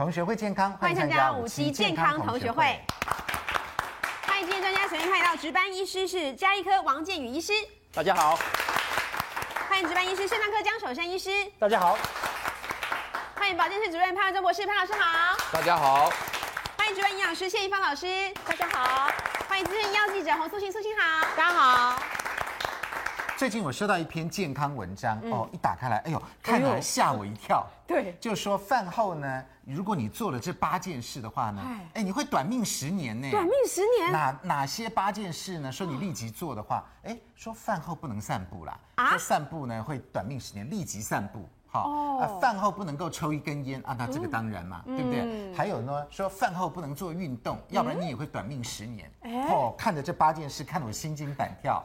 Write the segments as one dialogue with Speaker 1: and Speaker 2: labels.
Speaker 1: 同学会健康，
Speaker 2: 欢迎参加五期健康同学会。欢迎今天专家首先欢迎到值班医师是加医科王建宇医师，
Speaker 3: 大家好。
Speaker 2: 欢迎值班医师肾脏科江守山医师，
Speaker 3: 大家好。
Speaker 2: 欢迎保健室主任潘文周博士，潘老师好。
Speaker 4: 大家好。
Speaker 2: 欢迎主任营养师谢一芳老师，
Speaker 5: 大家好。
Speaker 2: 欢迎资深医药记者洪素琴，素琴好。
Speaker 5: 大家好。
Speaker 1: 最近我收到一篇健康文章、嗯、哦，一打开来，哎呦，看
Speaker 2: 嗯
Speaker 1: 了吓我一跳。
Speaker 5: 对，
Speaker 1: 就说饭后呢，如果你做了这八件事的话呢，哎，你会短命十年呢。
Speaker 2: 短命十年？
Speaker 1: 哪哪些八件事呢？说你立即做的话，哎，说饭后不能散步啦，啊、说散步呢会短命十年，立即散步。哦，啊，饭后不能够抽一根烟啊，那这个当然嘛，嗯、对不对？嗯、还有呢，说饭后不能做运动，要不然你也会短命十年。嗯、哦，看着这八件事，看得我心惊胆跳。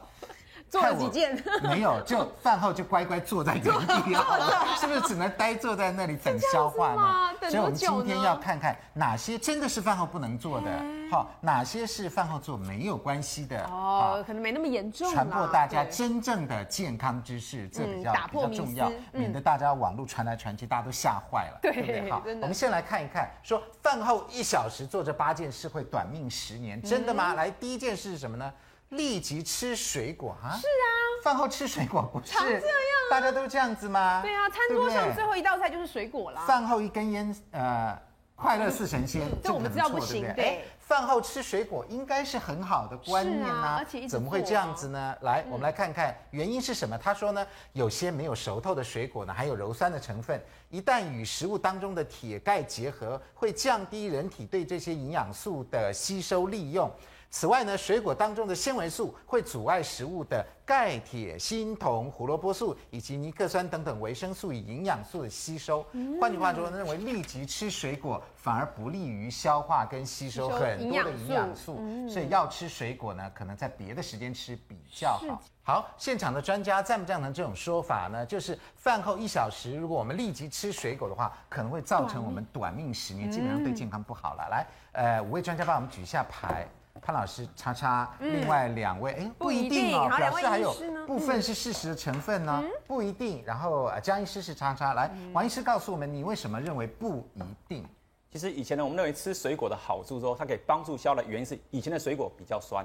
Speaker 2: 做了几件？
Speaker 1: 没有，就饭后就乖乖 坐在原地啊，是不是只能呆坐在那里等消化
Speaker 2: 呢？哎
Speaker 1: 所以我们今天要看看哪些真的是饭后不能做的，好，哪些是饭后做没有关系的。
Speaker 2: 哦，可能没那么严重。
Speaker 1: 传播大家真正的健康知识，这
Speaker 2: 嗯
Speaker 1: 比较比较重要，免得大家网络传来传去，大家都吓坏了，对不对？好，我们先来看一看，说饭后一小时做这八件事会短命十年，真的
Speaker 2: 嗯
Speaker 1: 吗？来，第一件事是什么呢？立即吃水果
Speaker 2: 啊！是啊，
Speaker 1: 饭后吃水果不是
Speaker 2: 常这样、啊，
Speaker 1: 大家都这样子吗？
Speaker 2: 对啊，餐桌上最后一道菜就是水果啦。
Speaker 1: 饭后一根烟，呃，快乐似神仙，
Speaker 2: 这我们知道不行，对,对,对。
Speaker 1: 哎饭后吃水果应该是很好的观念
Speaker 2: 啊，
Speaker 1: 啊
Speaker 2: 而且
Speaker 1: 怎么会这样子呢？来，我们来看看原因是什么。他说呢，有些没有熟透的水果呢，含有鞣酸的成分，一旦与食物当中的铁钙结合，会降低人体对这些营养素的吸收利用。此外呢，水果当中的纤维素会阻碍食物的钙、铁、锌、铜、胡萝卜素以及尼克酸等等维生素与营养素的吸收。嗯、换句话说，认为立即吃水果反而不利于消化跟吸收很多的营养素，嗯、所以要吃水果呢，可能在别的时间吃比较好。好，现场的专家赞不赞成这种说法呢？就是饭后一小时，如果我们立即吃水果的话，可能会造成我们短命十年，基本上对健康不好了。嗯、来，呃，五位专家帮我们举一下牌。潘老师，叉叉，另外两位，哎，嗯不一定哦，表示还有部分是事实的成分呢，不一定。然后呃江医师是叉叉，来，王医师告诉我们，你为什么认为不一定？
Speaker 3: 其实以前呢，我们认为吃水果的好处说它可以帮助消的原因是以前的水果比较酸，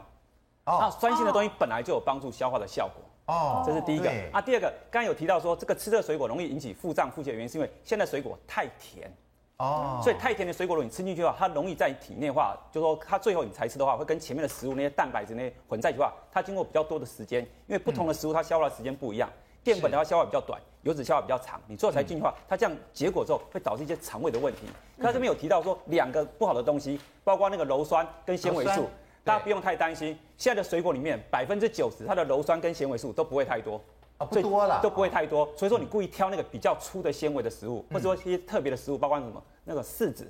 Speaker 1: 哦
Speaker 3: 那酸性的东西本来就有帮助消化的效果，哦，这是第一个。啊，第二个，刚刚有提到说这个吃这个水果容易引起腹胀腹泻的原因，是因为现在水果太甜。哦，所以太甜的水果，你吃进去的话，它容易在体内化，就说它最后你才吃的话，会跟前面的食物那些蛋白质那些混在一起化。它经过比较多的时间，因为不同的食物它消化的时间不一样，淀粉的话消化比较短，油脂消化比较长，你最后才进去化，它这样结果之后会导致一些肠胃的问题。它这边有提到说两个不好的东西，包括那个鞣酸跟纤维素，大家不用太担心。现在的水果里面百分之九十它的鞣酸跟纤维素都不会太多。
Speaker 1: 啊，不多嗯了，
Speaker 3: 都不会太多。所以说，你故意挑那个比较粗的纤维的食物，
Speaker 1: 嗯
Speaker 3: 或者说一些特别的食物，包括什么那个柿子，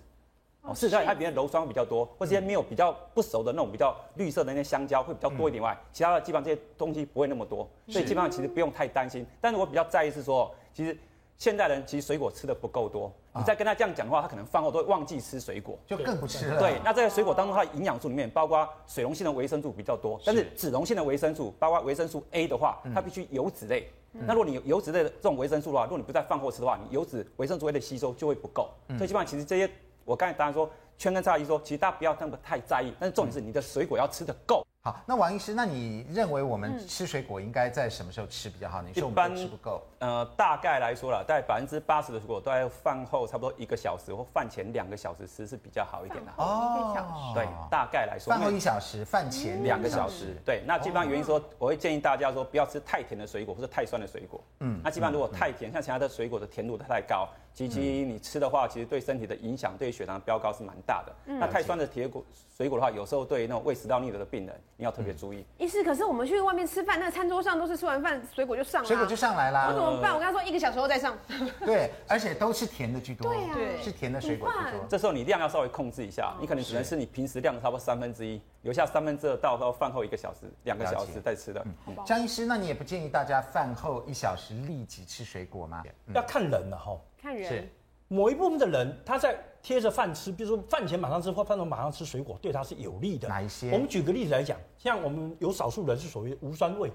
Speaker 3: 哦，柿子它里面鞣酸比
Speaker 1: 嗯
Speaker 3: 较多，或者些没有比较不熟的那种比较绿色的那些香蕉会比较多一
Speaker 1: 嗯
Speaker 3: 点外，其他的基本上这些东西不会那么多，所以基本上其实不用太担心。但是我比较在意是说，其实现代人其实水果吃的不够多，
Speaker 1: 啊
Speaker 3: 你再跟他这样讲的话，他可能饭后都会忘记吃水果，
Speaker 1: 就更不吃了。
Speaker 3: 对，啊那在水果当中，它的营养素里面包括水溶性的维生素比较多，但是脂溶性的维生素，包括维生素 A 的话，它必须油脂类。那如果你油脂类的这种维生素的话，如果你不在饭后吃的话，你油脂维生素 A 的吸收就会不够。嗯、所以基本上其实这些，我刚才当然说圈跟差异说，其实大家不要那么太在意，但是重点是你的水果要吃的够。
Speaker 1: 好，那王医师，那你认为我们
Speaker 2: 嗯
Speaker 1: 吃水果应该在什么时候吃比较好？你说我们吃不够？
Speaker 3: 呃，大概来说了，大概百分之八十的水果都在饭后差不多一个小时或饭前两个小时吃是比较好一点的。
Speaker 2: 哦，
Speaker 3: 对，大概来说，
Speaker 1: 饭后一小时，饭
Speaker 2: 嗯
Speaker 1: 前
Speaker 3: 两个小时。哦对，那基本上原因说，我会建议大家说不要吃太甜的水果或者太酸的水果。嗯，嗯那基本上如果太甜，像其他的水果的甜度太高，其实你吃的话，其实对身体的影响，对血糖飙高是蛮大的。那太酸的铁果水果的话，有时候对那种胃食道逆流的病人。你要特别注意。
Speaker 2: 意思可是我们去外面吃饭，那餐桌上都是吃完饭水果就上，
Speaker 1: 水果就上来啦。
Speaker 2: 那怎么办？我跟他说一个小时后再上。
Speaker 1: 对，而且都是甜的居多。
Speaker 2: 对啊，
Speaker 1: 是甜的水果居多。
Speaker 3: 这时候你量要稍微控制一下，你可能只能是你平时量的差不多三分之一，留下三分之二到到饭后一个小时、两个小时再吃的。
Speaker 1: 张医师，那你也不建议大家饭后一小时立即吃水果吗？
Speaker 6: 要看人了哈，
Speaker 2: 看人。
Speaker 6: 某一部分的人，他在贴着饭吃，比如说饭前马上吃或饭后马上吃水果，对他是有利的。
Speaker 1: 哪一些？
Speaker 6: 我们举个例子来讲，像我们有少数人是属于无酸味，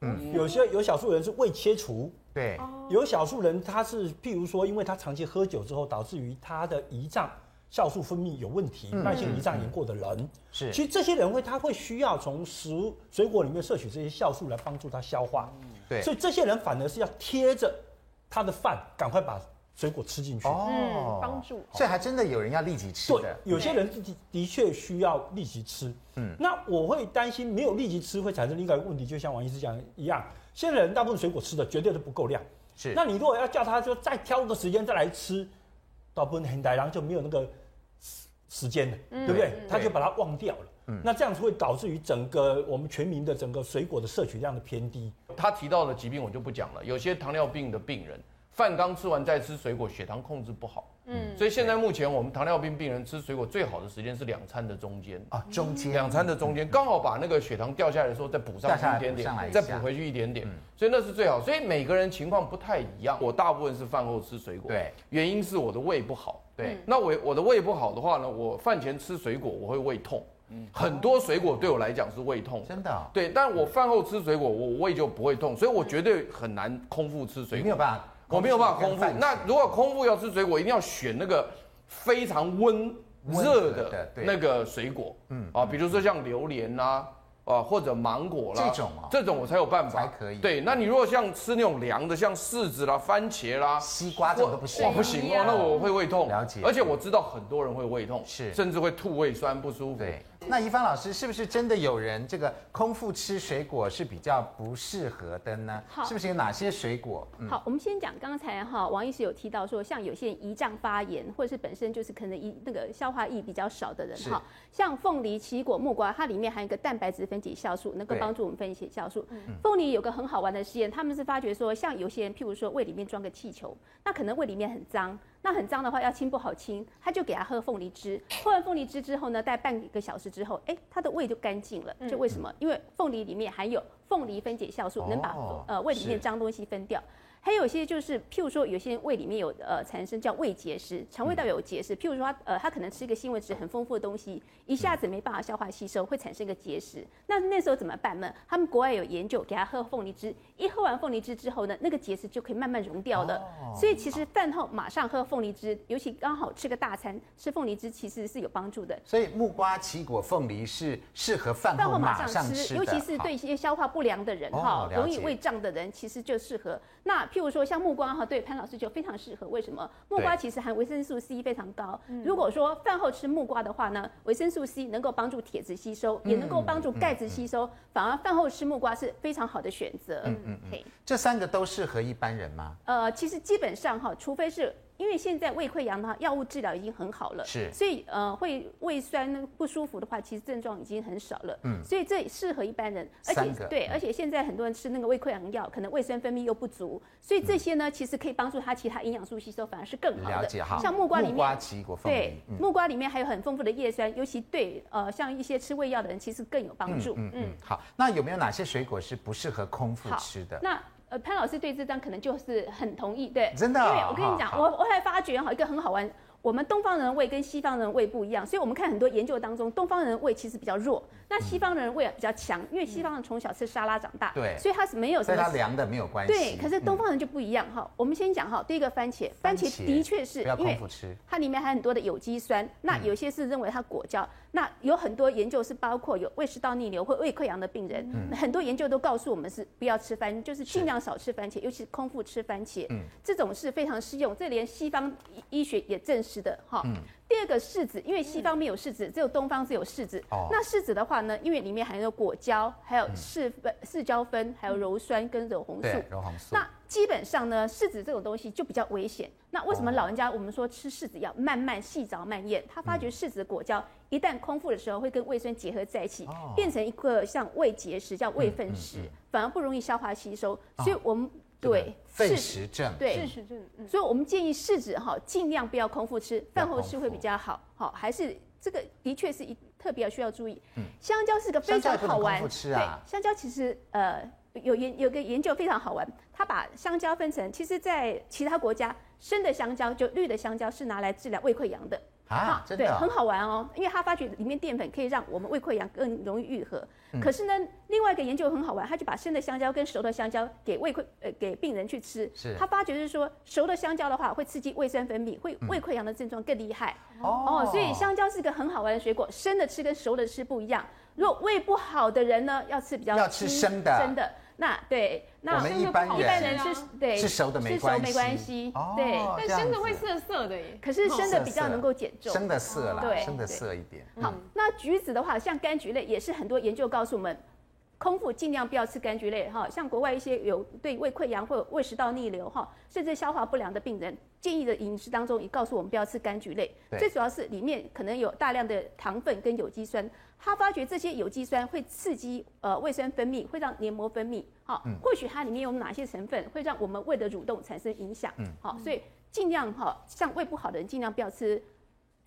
Speaker 6: 嗯，有些有少数人是未切除，
Speaker 1: 对，
Speaker 2: 哦
Speaker 6: 有少数人他是譬如说，因为他长期喝酒之后，导致于他的胰脏酵素分泌有问题，慢性胰脏炎过的人，
Speaker 1: 嗯是
Speaker 6: 其实这些人会他会需要从食物水果里面摄取这些酵素来帮助他消化，
Speaker 1: 嗯对
Speaker 6: 所以这些人反而是要贴着他的饭，赶快把水果吃进去。
Speaker 2: 嗯，帮助。
Speaker 1: 哦所以还真的有人要立即吃
Speaker 6: 对
Speaker 1: 的，，
Speaker 6: 有些人的的确需要立即吃。嗯，那我会担心没有立即吃会产生另外一个问题，就像王医师讲的一样，现在人大部分水果吃的绝对都不够量。
Speaker 1: 是
Speaker 6: 那你如果要叫他说再挑个时间再来吃，大部分很大然就没有那个时时间了，对不对？他就把它忘掉了。那这样子会导致于整个我们全民的整个水果的摄取量的偏低。
Speaker 4: 他提到的疾病我就不讲了，有些糖尿病的病人饭刚吃完再吃水果，血糖控制不好。嗯，所以现在目前我们糖尿病病人吃水果最好的时间是两餐的中间。
Speaker 1: 啊，中间
Speaker 4: 两餐的中间，刚好把那个血糖掉下来的时候再补上
Speaker 1: 掉嗯下来
Speaker 4: 去一点
Speaker 1: 补上来一
Speaker 4: 点，
Speaker 1: 下嗯
Speaker 4: 再补回去一点点，所以那是最好。所以每个人情况不太一样。我大部分是饭后吃水果，
Speaker 1: 对，
Speaker 4: 原因是我的胃不好，
Speaker 1: 对嗯
Speaker 4: 那我我的胃不好的话呢，我饭前吃水果我会胃痛，
Speaker 1: 嗯
Speaker 4: 很多水果对我来讲是胃痛，
Speaker 1: 真的哦
Speaker 4: 对，但我饭后吃水果，我我胃就不会痛，所以我绝对很难空腹吃水
Speaker 1: 你
Speaker 4: 果，
Speaker 1: 没有办法，
Speaker 4: 我没有办法空
Speaker 1: 跟
Speaker 4: 腹
Speaker 1: 饭。
Speaker 4: 那
Speaker 1: 吃
Speaker 4: 如果空腹要吃水果，一定要选那个非常温
Speaker 1: 温
Speaker 4: 热
Speaker 1: 和的
Speaker 4: 的
Speaker 1: 对
Speaker 4: 那个水果，嗯啊，比如说像榴莲啦、啊，或者芒果啦，
Speaker 1: 这种哦
Speaker 4: 这种我才有办法，
Speaker 1: 才可以
Speaker 4: 对，那你如果像吃那种凉的，像柿子啦、番茄啦。
Speaker 1: 西瓜这种都不行，
Speaker 4: 哇，不行哦，那我会胃痛。
Speaker 1: 啊了解
Speaker 4: 而且我知道很多人会胃痛，
Speaker 1: 是
Speaker 4: 甚至会吐胃酸不舒服。
Speaker 1: 对，那一芳老师，是不是真的有人这个空腹吃水果是比较不适合的呢？
Speaker 5: 好
Speaker 1: 是不是有哪些水果？嗯，
Speaker 5: 好，我们先讲刚才哈，王医师有提到说，像有些人胰脏发炎，或者是本身就是可能胰那个消化液比较少的人
Speaker 1: 是
Speaker 5: 哈，像凤梨、奇异果、木瓜，它里面含有一个蛋白质分解酵素，能够
Speaker 1: 对嗯
Speaker 5: 帮助我们分解酵素。凤梨有个很好玩的实验，他们是发觉说，像有些人，譬如说胃里面装个气球，那可能胃里面很脏，那很脏的话要清不好清，他就给他喝凤梨汁，喝完凤梨汁之后呢，大概半个小时之后，哎，他的胃就干净了。
Speaker 1: 嗯
Speaker 5: 就为什么？因为凤梨里面含有凤梨分解酵素，能把
Speaker 1: 哦
Speaker 5: 呃胃里
Speaker 1: 是
Speaker 5: 面脏东西分掉。还有一些就是，譬如说，有些人胃里面有呃产生叫胃结石，肠胃
Speaker 1: 嗯
Speaker 5: 道有结石。譬如说他，呃，他可能吃一个纤维质很丰富的东西，一下子没办法消化吸收，会产生一个结石。那那时候怎么办呢？他们国外有研究，给他喝凤梨汁，一喝完凤梨汁之后呢，那个结石就可以慢慢溶掉了。所以其实饭后马上喝凤梨汁，尤其刚好吃个大餐，吃凤梨汁其实是有帮助的。
Speaker 1: 所以木瓜、奇异果、凤梨是适合饭
Speaker 5: 饭
Speaker 1: 后
Speaker 5: 后马
Speaker 1: 马
Speaker 5: 上
Speaker 1: 上
Speaker 5: 吃，
Speaker 1: 吃的，
Speaker 5: 尤其是
Speaker 1: 好
Speaker 5: 对一些消化不良的人
Speaker 1: 哦、
Speaker 5: 哈
Speaker 1: 了
Speaker 5: 容易
Speaker 1: 解
Speaker 5: 胃胀的人，其实就适合。那譬如说像木瓜哈，对潘老师就非常适合。为什么？木瓜
Speaker 1: 对
Speaker 5: 其实含维生素 C 非常高。如果说饭后吃木瓜的话呢，维生素 C 能够帮助铁质吸收，也
Speaker 1: 嗯
Speaker 5: 能够帮助钙质吸收，反而饭后吃木瓜是非常好的选择。嗯嗯嗯。
Speaker 1: 这三个都适合一般人吗？
Speaker 5: 呃，其实基本上哈，除非是因为现在胃溃疡的话，药物治疗已经很好了，
Speaker 1: 是
Speaker 5: 所以呃，会胃酸不舒服的话，其实症状已经很少了，嗯，所以这适合一般人，而
Speaker 1: 三
Speaker 5: 且
Speaker 1: 个嗯
Speaker 5: 对，而且现在很多人吃那个胃溃疡药，可能胃酸分泌又不足，所以这些呢，其实可以帮助他其他营养素吸收，反而是更好
Speaker 1: 嗯了
Speaker 5: 的。
Speaker 1: 解哈，
Speaker 5: 像木瓜里
Speaker 1: 木瓜、
Speaker 5: 面。
Speaker 1: 奇异果、凤
Speaker 5: 对
Speaker 1: 梨，，嗯，
Speaker 5: 木瓜里面还有很丰富的叶酸，尤其对呃像一些吃胃药的人，其实更有帮助。嗯
Speaker 1: 嗯好。那有没有哪些水果是不适合空腹
Speaker 5: 好
Speaker 1: 吃的？
Speaker 5: 那呃，潘老师对这张可能就是很同意，对，
Speaker 1: 真的
Speaker 5: 因为
Speaker 1: 啊
Speaker 5: 我跟你讲，
Speaker 1: 好
Speaker 5: 我我还发觉哈，一个很好玩。我们东方人的胃跟西方人的胃不一样，所以我们看很多研究当中，东方人的胃其实比较弱，那西方人的胃比较强，因为西方人从小吃沙拉长大，
Speaker 1: 嗯对
Speaker 5: 所以他是没有什
Speaker 1: 所以它
Speaker 5: 么
Speaker 1: 凉的没有关系。嗯
Speaker 5: 对，可是东方人就不一样哈、我们先讲哈，第一个番茄，
Speaker 1: 番
Speaker 5: 番
Speaker 1: 茄
Speaker 5: 茄的确是
Speaker 1: 不要
Speaker 5: 因
Speaker 1: 空
Speaker 5: 为
Speaker 1: 腹吃
Speaker 5: 它里面含很多的有机酸，
Speaker 1: 嗯
Speaker 5: 那有些是认为它果胶，那有很多研究是包括有胃食道逆流或胃溃疡的病人，
Speaker 1: 嗯
Speaker 5: 很多研究都告诉我们是不要吃番，就是尽量少吃番茄，尤其是空腹吃番茄，
Speaker 1: 嗯
Speaker 5: 这种是非常适用，这连西方医医学也证实的哈。
Speaker 1: 嗯
Speaker 5: 第二个柿子，因为西方没有柿子，只有东方是有柿子。
Speaker 1: 哦嗯
Speaker 5: 那柿子的话呢，因为里面含有果胶，还有柿酚、柿胶酚，还有鞣酸跟鞣红素
Speaker 1: 对，。柔红素。
Speaker 5: 那基本上呢，柿子这种东西就比较危险。那为什么老人家我们说吃柿子要慢慢细嚼慢咽？他发觉柿子的果胶一旦空腹的时候会跟胃酸结合在一起
Speaker 1: 哦，
Speaker 5: 变成一个像胃结石，叫胃粪石，反而不容易消化吸收。所以我们对柿
Speaker 1: 粪
Speaker 5: 子
Speaker 1: 石症。
Speaker 5: 对
Speaker 2: 事实证，嗯，
Speaker 5: 所以我们建议柿子哈，尽量不要空腹吃，
Speaker 1: 要
Speaker 5: 饭后吃
Speaker 1: 空
Speaker 5: 会
Speaker 1: 腹
Speaker 5: 比较好。好，还是这个的确是一特别需要注意。香蕉是个非
Speaker 1: 嗯香蕉也
Speaker 5: 常
Speaker 1: 不能
Speaker 5: 好玩
Speaker 1: 空腹，吃啊
Speaker 5: 对，香蕉其实呃有研有个研究非常好玩，它把香蕉分成，其实在其他国家生的香蕉就绿的香蕉是拿来治疗胃溃疡的。
Speaker 1: 啊，真
Speaker 5: 对，
Speaker 1: 的
Speaker 5: 很
Speaker 1: 哦
Speaker 5: 好玩哦，因为他发觉里面淀粉可以让我们胃溃疡更容易愈合。
Speaker 1: 嗯
Speaker 5: 可是呢，另外一个研究很好玩，他就把生的香蕉跟熟的香蕉给胃溃呃给病人去吃，
Speaker 1: 是
Speaker 5: 他发觉是说熟的香蕉的话会刺激胃酸分泌，会
Speaker 1: 嗯
Speaker 5: 胃溃疡的症状更厉害。哦，所以香蕉是一个很好玩的水果，生的吃跟熟的吃不一样。如果胃不好的人呢，要吃比较
Speaker 1: 要吃
Speaker 5: 清
Speaker 1: 生的
Speaker 5: 生的。那对，那
Speaker 1: 我们一般
Speaker 5: 一般人
Speaker 1: 人
Speaker 5: 吃
Speaker 2: 吃啊
Speaker 5: 对
Speaker 1: 吃熟的没
Speaker 5: 吃
Speaker 1: 关系，
Speaker 5: 熟没关系，对。
Speaker 1: 哦
Speaker 2: 但
Speaker 1: 这样
Speaker 2: 生的
Speaker 1: 子
Speaker 2: 会涩涩的耶。哦
Speaker 5: 可是生的比
Speaker 1: 涩
Speaker 5: 较
Speaker 1: 涩
Speaker 5: 能够减重，
Speaker 1: 生的涩啦，
Speaker 5: 对
Speaker 1: 生的
Speaker 5: 对
Speaker 1: 涩一点。
Speaker 5: 好，那橘子的话，像柑橘类也是很多研究告诉我们，空腹尽量不要吃柑橘类哈。像国外一些有对胃溃疡或者胃食道逆流哈，甚至消化不良的病人，建议的饮食当中也告诉我们不要吃柑橘类
Speaker 1: 对。
Speaker 5: 最主要是里面可能有大量的糖分跟有机酸，他发觉这些有机酸会刺激呃胃酸分泌，会让黏膜分泌。好、
Speaker 1: 嗯
Speaker 5: 或许它里面有哪些成分会让我们胃的蠕动产生影响？
Speaker 1: 嗯
Speaker 5: 好、所以尽量哈，像胃不好的人尽量不要吃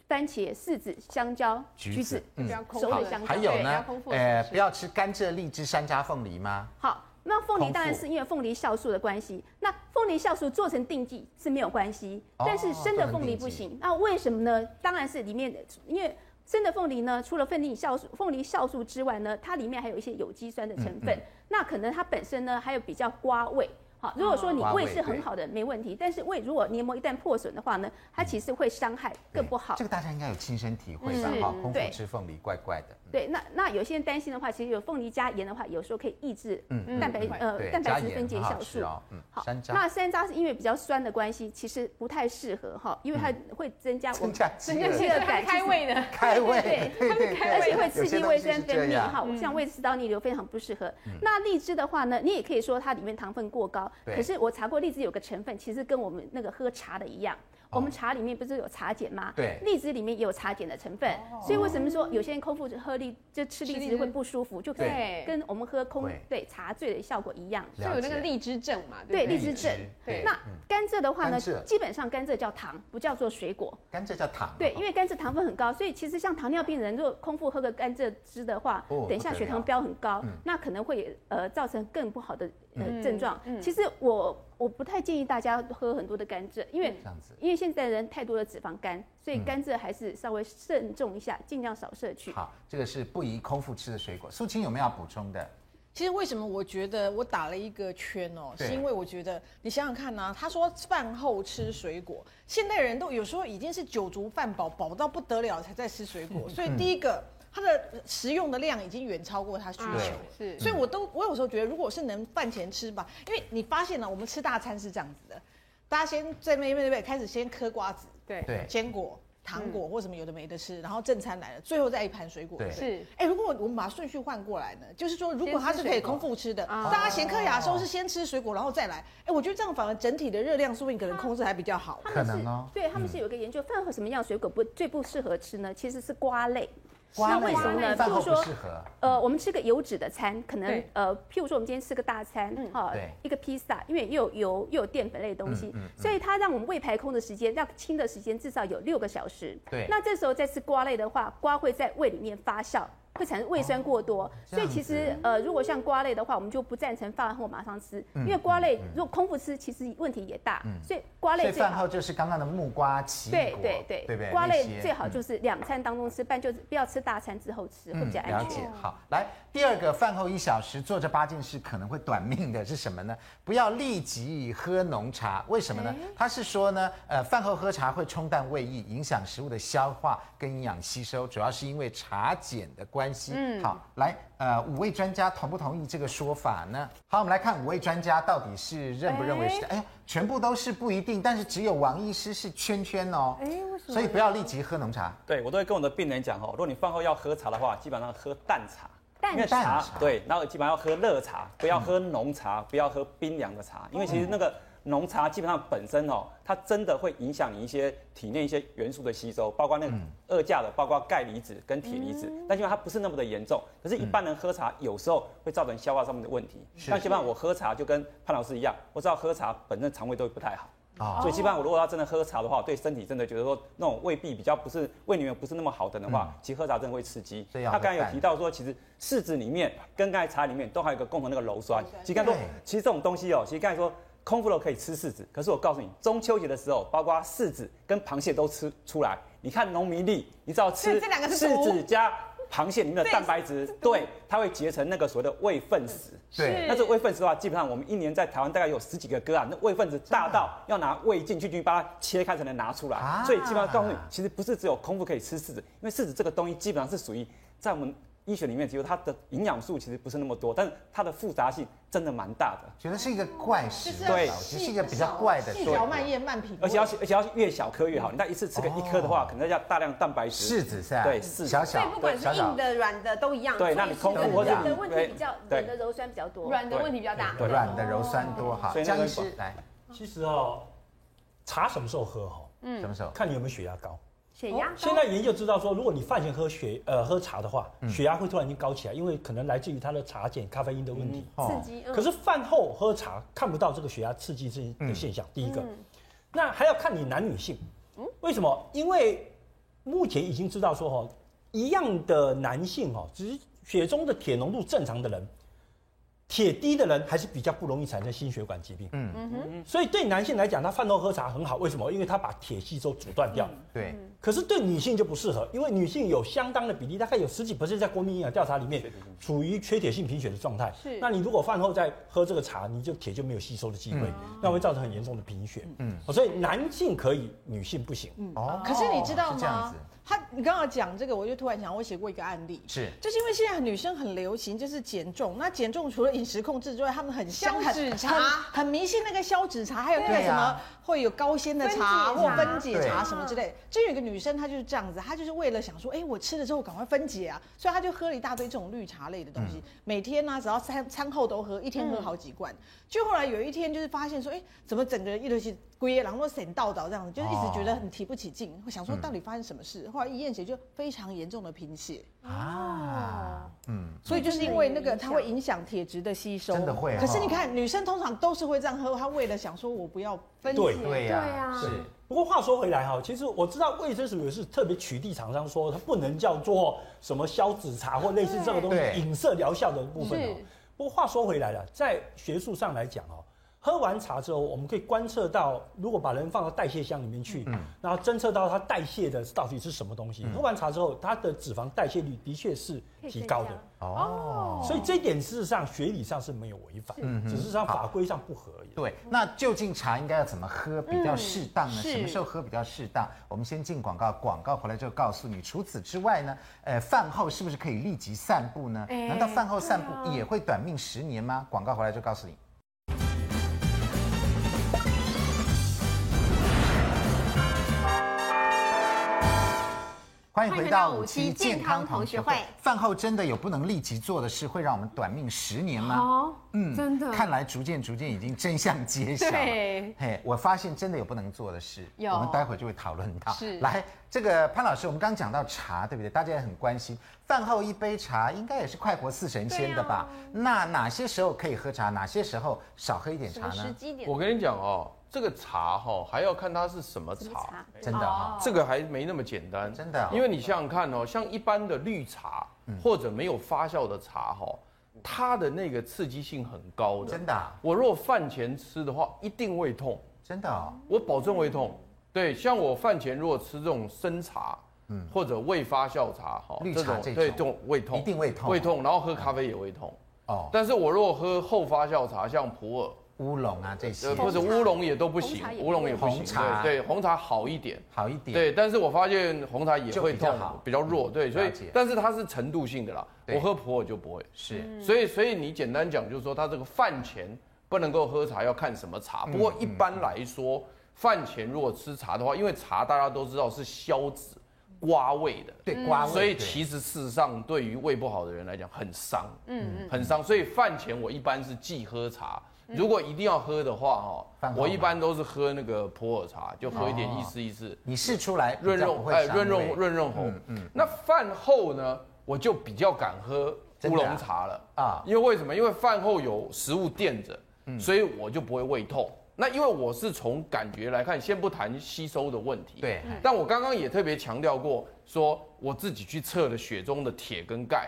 Speaker 5: 番茄、柿子、香蕉、
Speaker 1: 橘
Speaker 5: 橘
Speaker 1: 子
Speaker 5: 子
Speaker 2: 不要空
Speaker 5: 熟
Speaker 2: 腹
Speaker 5: 的
Speaker 2: 的
Speaker 5: 香蕉
Speaker 1: 嗯还有
Speaker 2: 对要
Speaker 1: 呢
Speaker 2: 空，腹
Speaker 1: 呃，
Speaker 2: 是不是
Speaker 1: 不要吃甘蔗、荔枝、山楂、凤梨吗？
Speaker 5: 好，那凤
Speaker 1: 空
Speaker 5: 梨当然
Speaker 1: 腹
Speaker 5: 是因为凤梨酵素的关系。那凤梨酵素做成定剂是没有关系，
Speaker 1: 哦
Speaker 5: 但是生的
Speaker 1: 做成
Speaker 5: 凤梨
Speaker 1: 定剂
Speaker 5: 不行。那为什么呢？当然是里面的，因为生的凤梨呢，除了凤梨酵素、凤梨酵素之外呢，它里面还有一些有机酸的成
Speaker 1: 嗯
Speaker 5: 分。那可能它本身呢，还有比较瓜味。好，如果说你
Speaker 1: 哦瓜味
Speaker 5: 胃是很好的，没问题。但是胃如果黏膜一旦破损的话呢，它其实会伤害更不好
Speaker 1: 嗯这。个大家应该有亲身体会吧？
Speaker 5: 嗯
Speaker 1: 哈空
Speaker 5: 是，
Speaker 1: 腹
Speaker 5: 对
Speaker 1: 吃凤梨怪怪的。
Speaker 5: 对，那那有些人担心的话，其实有凤梨加盐的话，有时候可以抑制蛋白、
Speaker 1: 嗯
Speaker 5: 呃
Speaker 1: 对，
Speaker 5: 蛋
Speaker 1: 加
Speaker 5: 白质
Speaker 1: 盐
Speaker 5: 分解
Speaker 1: 很好
Speaker 5: 酵
Speaker 1: 吃
Speaker 5: 素。
Speaker 1: 哦，嗯，
Speaker 5: 好
Speaker 1: 山，楂
Speaker 5: 那山楂是因为比较酸的关系，其实不太适合哈，因为它会增加我
Speaker 1: 嗯增
Speaker 5: 们
Speaker 1: 加
Speaker 2: 真
Speaker 1: 饥
Speaker 2: 的
Speaker 5: 这
Speaker 2: 是
Speaker 1: 饿，
Speaker 5: 个
Speaker 2: 在
Speaker 5: 感
Speaker 2: 开胃呢。
Speaker 1: 开胃，对
Speaker 5: 对
Speaker 1: 对对，
Speaker 5: 而且会刺
Speaker 1: 有些
Speaker 5: 激
Speaker 1: 东
Speaker 5: 胃
Speaker 1: 西
Speaker 5: 酸
Speaker 1: 是
Speaker 5: 分
Speaker 1: 这
Speaker 5: 泌
Speaker 1: 样嗯
Speaker 5: 哈，像胃食道逆流非常不适合。那荔枝的话呢，你也可以说它里面糖分过高，
Speaker 1: 对
Speaker 5: 可是我查过荔枝有个成分，其实跟我们那个喝茶的一样。我们茶里面不是有茶碱吗？
Speaker 1: 哦对
Speaker 5: 荔枝里面也有茶碱的成分，所以为什么说有些人空腹喝荔就吃
Speaker 2: 吃荔
Speaker 5: 荔
Speaker 2: 枝
Speaker 5: 枝会不舒服，就跟
Speaker 2: 对
Speaker 5: 跟我们喝空
Speaker 1: 会
Speaker 5: 对茶醉的效果一样。
Speaker 2: 就有那个
Speaker 1: 了解
Speaker 2: 荔枝症嘛，
Speaker 5: 对
Speaker 2: 不对
Speaker 5: 荔枝症，
Speaker 2: 对
Speaker 5: 那甘蔗的话
Speaker 1: 嗯
Speaker 5: 呢
Speaker 1: 甘蔗，
Speaker 5: 基本上甘蔗叫糖，不叫做水果。
Speaker 1: 甘蔗叫糖，
Speaker 5: 对，因为甘蔗糖分很高，所以其实像糖尿病人，如果空腹喝个甘蔗汁的话，
Speaker 1: 哦
Speaker 5: 等一下
Speaker 1: 不得
Speaker 5: 血
Speaker 1: 了嗯
Speaker 5: 糖飙很高，那可能会呃造成更不好的呃、症状。
Speaker 2: 嗯
Speaker 5: 其实我我不太建议大家喝很多的甘蔗，因为、
Speaker 1: 这样子嗯
Speaker 5: 因为现在人太多的脂肪肝，所以甘蔗还是稍微慎重一下，尽量少摄取。
Speaker 1: 好，这个是不宜空腹吃的水果。苏青有没有要补充的？
Speaker 7: 其实为什么我觉得我打了一个圈哦，
Speaker 1: 对
Speaker 7: 是因为我觉得你想想看呐、他说饭后吃水果，现代人都有时候已经是酒足饭饱，饱到不得了才在吃水果，所以第一个他的食用的量已经远超过他需求
Speaker 2: 啊
Speaker 7: 了。
Speaker 2: 是
Speaker 7: 所以我都我有时候觉得，如果是能饭前吃吧，因为你发现了、我们吃大餐是这样子的，大家先在那边对不对？开始先嗑瓜子，
Speaker 2: 对嗯
Speaker 1: 对，
Speaker 7: 坚果、糖果或什么有的没的吃，然后正餐来了，最后再一盘水果。
Speaker 1: 对
Speaker 7: 对不对
Speaker 2: 是
Speaker 7: 哎，如果我们把顺序换过来呢，就是说，如果它是可以空腹吃的，
Speaker 2: 啊
Speaker 7: 大家闲嗑牙的时候是先吃水果，然后再来。哎，我觉得这样反而整体的热量说不定可能控制还比较好。
Speaker 5: 他们
Speaker 1: 可
Speaker 5: 是
Speaker 1: 能哦
Speaker 5: 对他们是有一个研究，饭后什么样的水果不最不适合吃呢？其实是瓜类。
Speaker 1: 瓜
Speaker 5: 那为什么呢？
Speaker 1: 饭
Speaker 5: 譬
Speaker 1: 后
Speaker 5: 如
Speaker 1: 不
Speaker 5: 说
Speaker 1: 适合，
Speaker 5: 呃，我们吃个油脂的餐，可能
Speaker 2: 对
Speaker 5: 呃，譬如说我们今天吃个大餐，哈、
Speaker 1: 对嗯
Speaker 5: 一个披萨，因为又有油又有淀粉类的东西，所以它让我们胃排空的时间，让清的时间至少有六个小时。
Speaker 1: 对
Speaker 5: 那这时候再吃瓜类的话，瓜会在胃里面发酵。会产生胃酸过多，
Speaker 1: 哦这
Speaker 5: 所以
Speaker 1: 样
Speaker 5: 其实
Speaker 1: 子
Speaker 5: 呃，如果像瓜类的话，我们就不赞成饭后马上吃，
Speaker 1: 嗯
Speaker 5: 因为瓜类如果空腹吃，其实问题也大，所以瓜
Speaker 1: 所以
Speaker 5: 类最
Speaker 1: 饭
Speaker 5: 好
Speaker 1: 后就是刚刚的木瓜、奇异
Speaker 5: 对
Speaker 1: 果，
Speaker 5: 对对
Speaker 1: 对不对？
Speaker 5: 瓜
Speaker 1: 那
Speaker 5: 类
Speaker 1: 些嗯
Speaker 5: 最好就是两餐当中吃，但就是不要吃大餐之后吃，会比较
Speaker 1: 嗯了
Speaker 5: 安全
Speaker 1: 解。，好，来第二个，饭后一小时做这八件事可能会短命的是什么呢？不要立即喝浓茶，为什么呢？他是说呢，呃，饭后喝茶会冲淡胃液，影响食物的消化跟营养吸收，主要是因为茶碱的关系。嗯，好，来，呃，五位专家同不同意这个说法呢？好，我们来看五位专家到底是认不认为是的？哎呀，全部都是不一定，但是只有王医师是圈圈哦。哎，为什么？所以不要立即喝浓茶。
Speaker 3: 对我都会跟我的病人讲哦，如果你饭后要喝茶的话，基本上喝淡茶。
Speaker 5: 但
Speaker 3: 因为
Speaker 1: 淡
Speaker 3: 茶
Speaker 1: 茶
Speaker 3: 对，然后基本上要喝热茶，不要喝浓茶，不要喝冰凉的
Speaker 1: 哦
Speaker 3: 茶，因为其实那个浓茶基本上本身哦，它真的会影响你一些体内一些元素的吸收，包括那个二价的，包括钙离子跟铁离
Speaker 1: 嗯
Speaker 3: 子，但因为它不是那么的严重，可是，一般人喝茶有时候会造成消化上面的问题。那基本上我喝茶就跟潘老师一样，我知道喝茶本身肠胃都不太好。
Speaker 1: 哦
Speaker 3: 所以基本上我如果要真的喝茶的话，我对身体真的觉得说那种胃壁比较不是胃里面不是那么好的的话，
Speaker 1: 嗯
Speaker 3: 其实喝茶真的会刺激。
Speaker 1: 所以要喝
Speaker 3: 他刚才有
Speaker 1: 淡
Speaker 3: 提到说，其实柿子里面跟刚才茶里面都还有一个共同那个鞣酸。其实刚才说
Speaker 1: 对，
Speaker 3: 其实这种东西哦，其实刚才说空腹了可以吃柿子，可是我告诉你，中秋节的时候，包括柿子跟螃蟹都吃出来，你看农民力，你只要
Speaker 7: 所以
Speaker 3: 吃
Speaker 7: 这两个是
Speaker 3: 柿
Speaker 7: 毒
Speaker 3: 子加螃蟹里面的蛋白质，对，它会结成那个所谓的胃粪石。
Speaker 1: 对
Speaker 3: 那这胃分子的话，基本上我们一年在台湾大概有十几个个案，那胃分子大到要拿胃镜去去把它切开才能拿出来，
Speaker 1: 啊
Speaker 3: 所以基本上告诉你，其实不是只有空腹可以吃柿子，因为柿子这个东西基本上是属于在我们医学里面，只有它的营养素其实不是那么多，但是它的复杂性真的蛮大的，
Speaker 1: 觉得是一个怪食
Speaker 7: 就是，要
Speaker 3: 对
Speaker 1: 老师
Speaker 7: 细
Speaker 1: 是一个比较怪的
Speaker 7: 细
Speaker 1: 水
Speaker 7: 嚼
Speaker 1: 果。
Speaker 7: 慢咽慢品味，
Speaker 3: 而且要而且要越小
Speaker 1: 嗯
Speaker 3: 颗越好，你那一次吃个一颗的
Speaker 1: 哦
Speaker 3: 话，可能要大量蛋白质。
Speaker 1: 柿子是吧？
Speaker 3: 对柿子
Speaker 1: 小
Speaker 2: 所以
Speaker 1: 小
Speaker 2: 不管是
Speaker 1: 小小
Speaker 2: 硬的、软的都一样。
Speaker 3: 对那你空腹
Speaker 1: 或者
Speaker 5: 人的
Speaker 3: 你
Speaker 5: 问题比较，
Speaker 3: 对
Speaker 5: 人的柔酸比较多。
Speaker 2: 软的问题比较大。
Speaker 3: 对
Speaker 1: 软的柔酸多哈
Speaker 3: 所。以那
Speaker 1: 江
Speaker 3: 个
Speaker 1: 医师来，
Speaker 6: 其实哦，茶什么时候喝哈、
Speaker 7: 嗯
Speaker 1: 什么时候？
Speaker 6: 看你有没有血压高。
Speaker 2: 血压
Speaker 6: 现在研究知道说，如果你饭前喝血呃喝茶的话，血压会突然间高起来，因为可能来自于它的茶碱、咖啡因的问题。
Speaker 1: 哦
Speaker 5: 刺激，
Speaker 2: 嗯
Speaker 6: 可是饭后喝茶看不到这个血压刺激这的现象，第一个。那还要看你男女性，为什么？因为目前已经知道说哈，一样的男性哈，只是血中的铁浓度正常的人，铁低的人还是比较不容易产生心血管疾病。
Speaker 1: 嗯
Speaker 6: 嗯哼。所以对男性来讲，他饭后喝茶很好，为什么？因为他把铁吸收阻断掉。
Speaker 1: 对，
Speaker 6: 可是对女性就不适合，因为女性有相当的比例，大概有十几 percent 在国民营养调查里面处于缺铁性贫血的状态。
Speaker 2: 是
Speaker 6: 那你如果饭后再喝这个茶，你就铁就没有吸收的机会，那会造成很严重的贫血。嗯，所以男性可以，女性不行。
Speaker 1: 哦
Speaker 7: 嗯可是你知道
Speaker 1: 是这样
Speaker 7: 吗
Speaker 1: 子？
Speaker 7: 他你刚刚讲这个，我就突然想，我写过一个案例，
Speaker 1: 是
Speaker 7: 就是因为现在女生很流行就是减重，那减重除了饮食控制之外，她们很香
Speaker 2: 消脂茶
Speaker 7: 很很迷信那个消脂茶，还有那个
Speaker 1: 对
Speaker 7: 什
Speaker 1: 啊
Speaker 7: 么会有高纤的茶
Speaker 2: 分解
Speaker 7: 或
Speaker 2: 茶
Speaker 7: 分解茶
Speaker 1: 对
Speaker 7: 啊什么之类。就有一个女生她就是这样子，她就是为了想说，哎，我吃了之后赶快分解啊，所以她就喝了一大堆这种绿茶类的东
Speaker 1: 嗯
Speaker 7: 西，每天呢、只要餐餐后都喝，一天喝好几罐。就后来有一天就是发现说，哎，怎么整个人一直是龟啊然后神道道这样子，就是一直觉得
Speaker 1: 哦
Speaker 7: 很提不起劲，会想说
Speaker 1: 嗯
Speaker 7: 到底发生什么事。后来一验血就非常严重的贫血。哦
Speaker 1: 啊，嗯，
Speaker 7: 所以就是因为那个，它会影响铁质的吸收，
Speaker 1: 真的会哦
Speaker 7: 可是你看，女生通常都是会这样喝，她为了想说我不要分
Speaker 6: 对
Speaker 1: 对呀，是
Speaker 6: 不过话说回来哈，其实我知道卫生署也是特别取缔厂商说它不能叫做什么消脂茶或类似这个东
Speaker 1: 对
Speaker 6: 西影射疗效的部分哦
Speaker 2: 是。
Speaker 6: 不过话说回来了，在学术上来讲哦，喝完茶之后，我们可以观测到，如果把人放到代谢箱里面去，
Speaker 1: 嗯
Speaker 6: 然后侦测到它代谢的到底是什么东西。喝完茶之后，它的脂肪代谢率的确是提高的。
Speaker 7: 啊
Speaker 1: 哦。嗯
Speaker 6: 所以这一点事实上学理上是没有违反，只是上法规上不合而已。
Speaker 1: 对，那究竟茶应该要怎么喝比较适当
Speaker 2: 嗯
Speaker 1: 呢？
Speaker 2: 是
Speaker 1: 什么时候喝比较适当？我们先进广告，广告回来之后告诉你。除此之外呢，呃，饭后是不是可以立即散步呢？
Speaker 2: 哎
Speaker 1: 难道饭后散
Speaker 2: 对
Speaker 1: 步
Speaker 2: 啊
Speaker 1: 也会短命十年吗？广告回来就告诉你。欢迎回到五期健康同学会。饭后真的有不能立即做的事，会让我们短命十年吗？
Speaker 2: 哦，
Speaker 1: 嗯
Speaker 2: 真的
Speaker 1: 看来逐渐逐渐已经真相揭晓了。
Speaker 2: 对
Speaker 1: 嘿，我发现真的有不能做的事，
Speaker 2: 有
Speaker 1: 我们待会儿就会讨论到。
Speaker 2: 是
Speaker 1: 来，这个潘老师，我们刚讲到茶，对不对？大家也很关心，饭后一杯茶应该也是快活似神仙的吧？那哪些时候可以喝茶，哪些时候少喝一点
Speaker 2: 什
Speaker 1: 茶
Speaker 2: 么时
Speaker 1: 呢？
Speaker 2: 机点？
Speaker 4: 我跟你讲哦，这个茶哈、还要看它是什么
Speaker 5: 什么
Speaker 4: 茶
Speaker 5: 茶，哦
Speaker 1: 真的哦哈、
Speaker 4: 这个还没那么简单，
Speaker 1: 真的哦
Speaker 4: 因为你想想看哦，像一般的绿茶或者没有发酵的茶哈、它的那个刺激性很高的。
Speaker 1: 真的啊、
Speaker 4: 我若饭前吃的话，一定胃痛，
Speaker 1: 真的哦，
Speaker 4: 我保证胃痛。对，像我饭前如果吃这种生茶，嗯，或者未发酵茶哈，
Speaker 1: 绿茶这种
Speaker 4: 对这种胃痛，
Speaker 1: 一定胃痛
Speaker 4: 胃痛，然后喝咖啡也胃痛。
Speaker 1: 哦，
Speaker 4: 但是我如果喝后发酵茶，像普洱，
Speaker 1: 乌龙啊这些
Speaker 4: 呃，或者乌龙也都不行
Speaker 5: 红茶，也
Speaker 4: 乌龙也不行，
Speaker 1: 红茶
Speaker 4: 对对，红茶好一点。
Speaker 1: 好一点。
Speaker 4: 对，但是我发现红茶也会
Speaker 1: 就比较
Speaker 4: 痛
Speaker 1: 好，嗯
Speaker 4: 比较弱，对，所以
Speaker 1: 了解
Speaker 4: 但是它是程度性的啦。
Speaker 1: 对
Speaker 4: 我喝普洱就不会，
Speaker 1: 是
Speaker 2: 嗯
Speaker 5: 嗯
Speaker 4: 所以所以你简单讲就是说，它这个饭前不能够喝茶，要看什么茶。
Speaker 1: 嗯
Speaker 4: 不过一般来说，饭前如果吃茶的话，因为茶大家都知道是消脂、刮胃的，
Speaker 1: 对瓜味，
Speaker 4: 所以
Speaker 1: 对
Speaker 4: 其实事实上，对于胃不好的人来讲很伤，
Speaker 2: 嗯
Speaker 4: 嗯嗯，很伤。所以饭前我一般是忌喝茶，如果一定要喝的话，
Speaker 1: 饭
Speaker 4: 哈，
Speaker 1: 后吗
Speaker 4: 我一般都是喝那个普洱茶，就喝一点意思意思，
Speaker 1: 你试出来
Speaker 4: 润润
Speaker 1: 哎
Speaker 4: 哎润润润润喉。
Speaker 1: 嗯
Speaker 4: 那饭后呢，我就比较敢喝
Speaker 1: 真
Speaker 4: 乌
Speaker 1: 的啊
Speaker 4: 龙茶了
Speaker 1: 啊嗯
Speaker 4: 啊，因为为什么？因为饭后有食物垫着，所以我就不会胃痛。那因为我是从感觉来看，先不谈吸收的问题，
Speaker 1: 对
Speaker 4: 但我刚刚也特别强调过，说我自己去测了血中的铁跟钙，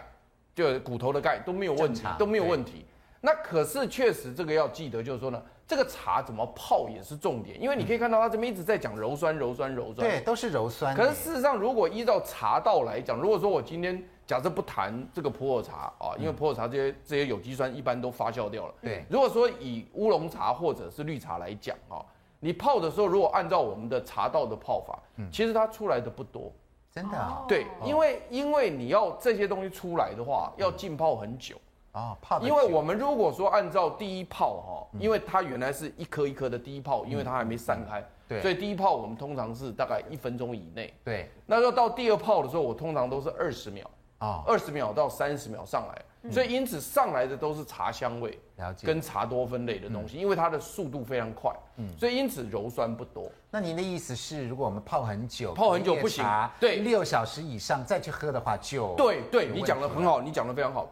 Speaker 4: 就骨头的钙都没有问
Speaker 1: 正
Speaker 4: 题
Speaker 1: 常，
Speaker 4: 都没有
Speaker 1: 对
Speaker 4: 问题。那可是确实这个要记得，就是说呢，这个茶怎么泡也是重点，因为你可以看到它这边一直在讲柔酸、柔酸、柔酸。
Speaker 1: 对，都是柔酸的。
Speaker 4: 可是事实上，如果依照茶道来讲，如果说我今天假设不谈这个普洱茶啊，因为普洱茶这些这些有机酸一般都发酵掉了。
Speaker 1: 嗯对
Speaker 4: 如果说以乌龙茶或者是绿茶来讲啊，你泡的时候，如果按照我们的茶道的泡法，
Speaker 1: 嗯
Speaker 4: 其实它出来的不多。
Speaker 1: 真的啊，
Speaker 4: 对，因为因为你要这些东西出来的话，要浸泡很久。
Speaker 1: 哦，泡得
Speaker 4: 因为
Speaker 1: 嗯久嗯
Speaker 4: 我们如果说按照第一泡哈，因为它原来是一颗一颗的第一泡，因为它还没散开，
Speaker 1: 嗯对
Speaker 4: 所以第一泡我们通常是大概一分钟以内。
Speaker 1: 对
Speaker 4: 那要到第二泡的时候，我通常都是二十秒，
Speaker 1: 哦，
Speaker 4: 二十秒到三十秒上来，所以因此上来的都是茶香味，
Speaker 1: 嗯了解嗯
Speaker 4: 跟茶多酚类的东西，因为它的速度非常快，所以因此柔酸不多。
Speaker 1: 那您的意思是，如果我们泡很久，
Speaker 4: 泡很久不行
Speaker 1: 夜茶
Speaker 4: 对
Speaker 1: 六小时以上再去喝的话就
Speaker 4: 对对，
Speaker 1: 有
Speaker 4: 你
Speaker 1: 问
Speaker 4: 讲的
Speaker 1: 题
Speaker 4: 很
Speaker 1: 了，
Speaker 4: 好，你讲的非常好。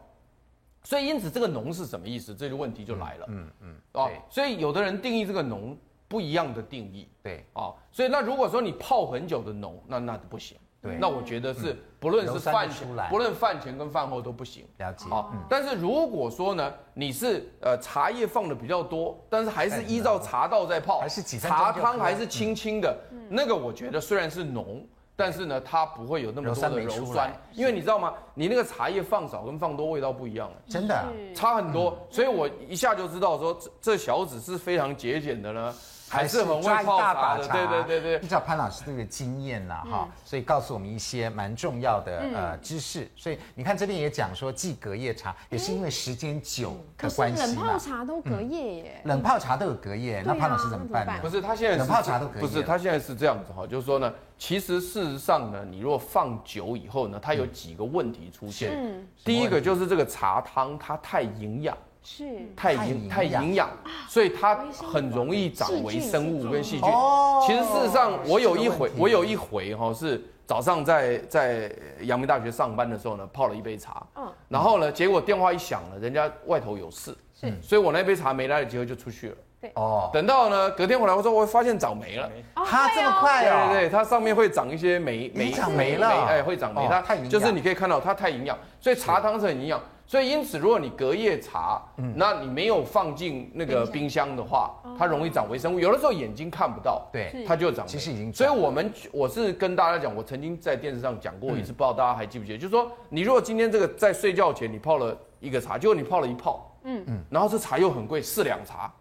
Speaker 4: 所以因此这个浓是什么意思？这个问题就来了。嗯嗯。哦
Speaker 1: 对，
Speaker 4: 所以有的人定义这个浓不一样的定义。
Speaker 1: 对
Speaker 4: 哦，所以那如果说你泡很久的浓，那那不行。
Speaker 1: 对嗯
Speaker 4: 那我觉得是不论
Speaker 1: 柔
Speaker 4: 是
Speaker 1: 酸的
Speaker 4: 饭
Speaker 1: 出
Speaker 4: 前
Speaker 1: 来，
Speaker 4: 不论饭前跟饭后都不行。
Speaker 1: 了解
Speaker 4: 好，但是如果说呢，你是呃茶叶放的比较多，但是还是依照茶道在泡，
Speaker 1: 哎还是几分钟就
Speaker 4: 茶
Speaker 1: 喝
Speaker 4: 汤还是清清的，那个我觉得虽然是浓，但是呢它不会有那么
Speaker 1: 柔
Speaker 4: 多
Speaker 1: 酸
Speaker 4: 的
Speaker 1: 没
Speaker 4: 柔
Speaker 1: 出
Speaker 4: 酸
Speaker 1: 来，
Speaker 4: 因为你知道吗？你那个茶叶放少跟放多味道不一样了。
Speaker 1: 真的啊
Speaker 2: 嗯
Speaker 4: 差很多，所以我一下就知道说这这小子是非常节俭的呢，还是很会
Speaker 1: 抓一
Speaker 4: 泡
Speaker 1: 大
Speaker 4: 茶
Speaker 1: 把
Speaker 4: 的？
Speaker 1: 茶，
Speaker 4: 对对对对
Speaker 1: 依。照潘老师这个经验呐，
Speaker 8: 嗯
Speaker 1: 哈，所以告诉我们一些蛮重要的呃知识。所以你看这边也讲说，忌隔夜茶也是因为时间久的关
Speaker 8: 嗯
Speaker 1: 系
Speaker 8: 冷泡
Speaker 1: 嘛。
Speaker 8: 茶都隔夜耶，
Speaker 1: 冷泡茶都有隔夜，那
Speaker 8: 对啊
Speaker 1: 潘老师怎么办
Speaker 8: 那
Speaker 1: 呢
Speaker 8: 怎么办？
Speaker 4: 不是，他现在是
Speaker 1: 冷泡茶都可以啊
Speaker 4: 不是，
Speaker 1: 了
Speaker 4: 他现在是这样子哈，就是说呢，其实事实上呢，你如果放久以后呢，它
Speaker 1: 嗯
Speaker 4: 有几个问题出现。
Speaker 2: 嗯
Speaker 4: 第一个就是这个茶汤它太营养，
Speaker 8: 是
Speaker 4: 太
Speaker 1: 太
Speaker 4: 营
Speaker 1: 营
Speaker 4: 太
Speaker 1: 养
Speaker 4: 营养，
Speaker 8: 啊
Speaker 4: 所以它很容易长
Speaker 8: 细
Speaker 4: 微
Speaker 8: 菌
Speaker 4: 生物跟细菌
Speaker 1: 哦。
Speaker 4: 其实事实上，我有
Speaker 1: 是
Speaker 4: 一
Speaker 1: 这个问
Speaker 4: 回
Speaker 1: 题，
Speaker 4: 我有一回哈是早上在在阳明大学上班的时候呢，泡了一杯茶，
Speaker 8: 嗯
Speaker 4: 然后呢，结果电话一响了，人家外头有事，
Speaker 8: 是
Speaker 4: 所以我那杯茶没来得及喝就出去了。
Speaker 1: 哦，
Speaker 4: 等到呢隔天回来，我说我发现长霉了。
Speaker 1: 它这
Speaker 8: 啊
Speaker 1: 么快
Speaker 4: 对
Speaker 1: 哦，
Speaker 4: 对对，它上面会长一些霉
Speaker 1: 已
Speaker 4: 霉
Speaker 1: 经长霉了
Speaker 4: 霉哎，会长霉，
Speaker 1: 哦
Speaker 4: 它
Speaker 1: 太营养
Speaker 4: 就是你可以看到它太营养，所以茶汤是很营养。所以因此，如果你隔夜茶，
Speaker 1: 嗯
Speaker 4: 那你没有放进那个冰箱的话，它容易长微生物。有的时候眼睛看不到，
Speaker 1: 对
Speaker 4: 它就长霉。
Speaker 1: 其实已经
Speaker 4: 所
Speaker 1: 长
Speaker 4: 以我们我是跟大家讲，我曾经在电视上讲过一次，不知道大家还记不记得，就是说你如果今天这个在睡觉前你泡了一个茶，结果你泡了一泡，嗯嗯，然后这茶又很贵，四两茶，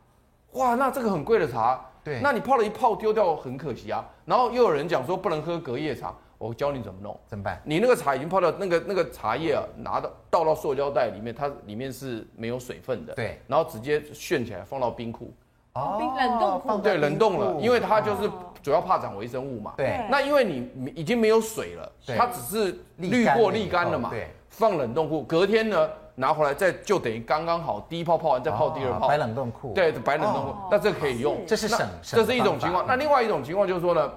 Speaker 4: 哇，那这个很贵的茶，
Speaker 1: 对
Speaker 4: 那你泡了一泡丢掉很可惜啊。然后又有人讲说不能喝隔夜茶，我教你怎么弄。
Speaker 1: 怎么办？
Speaker 4: 你那个茶已经泡到那个那个茶叶啊，拿到倒到塑胶袋里面，它里面是没有水分的，
Speaker 1: 对，
Speaker 4: 然后直接炫起来放到冰库，
Speaker 1: 哦，
Speaker 8: 冷冻库
Speaker 1: 放在
Speaker 4: 对，冷冻
Speaker 1: 冰
Speaker 4: 了，
Speaker 1: 库哦
Speaker 4: 因为它就是主要怕长微生物嘛，
Speaker 1: 对
Speaker 4: 那因为你已经没有水了，
Speaker 1: 对
Speaker 4: 它只是
Speaker 1: 沥
Speaker 4: 滤
Speaker 1: 干
Speaker 4: 过
Speaker 1: 了以
Speaker 4: 沥干了
Speaker 1: 后
Speaker 4: 嘛，
Speaker 1: 对
Speaker 4: 放冷冻库，隔天呢拿回来再就等于刚刚好，第一泡泡完再泡第二
Speaker 1: 哦
Speaker 4: 泡，
Speaker 1: 白冷冻库，
Speaker 4: 对，白冷冻库，那这可以用，
Speaker 1: 这是省
Speaker 4: 那
Speaker 1: 省的
Speaker 4: 这是一种情
Speaker 1: 方法
Speaker 4: 况。那另外一种情况就是说呢，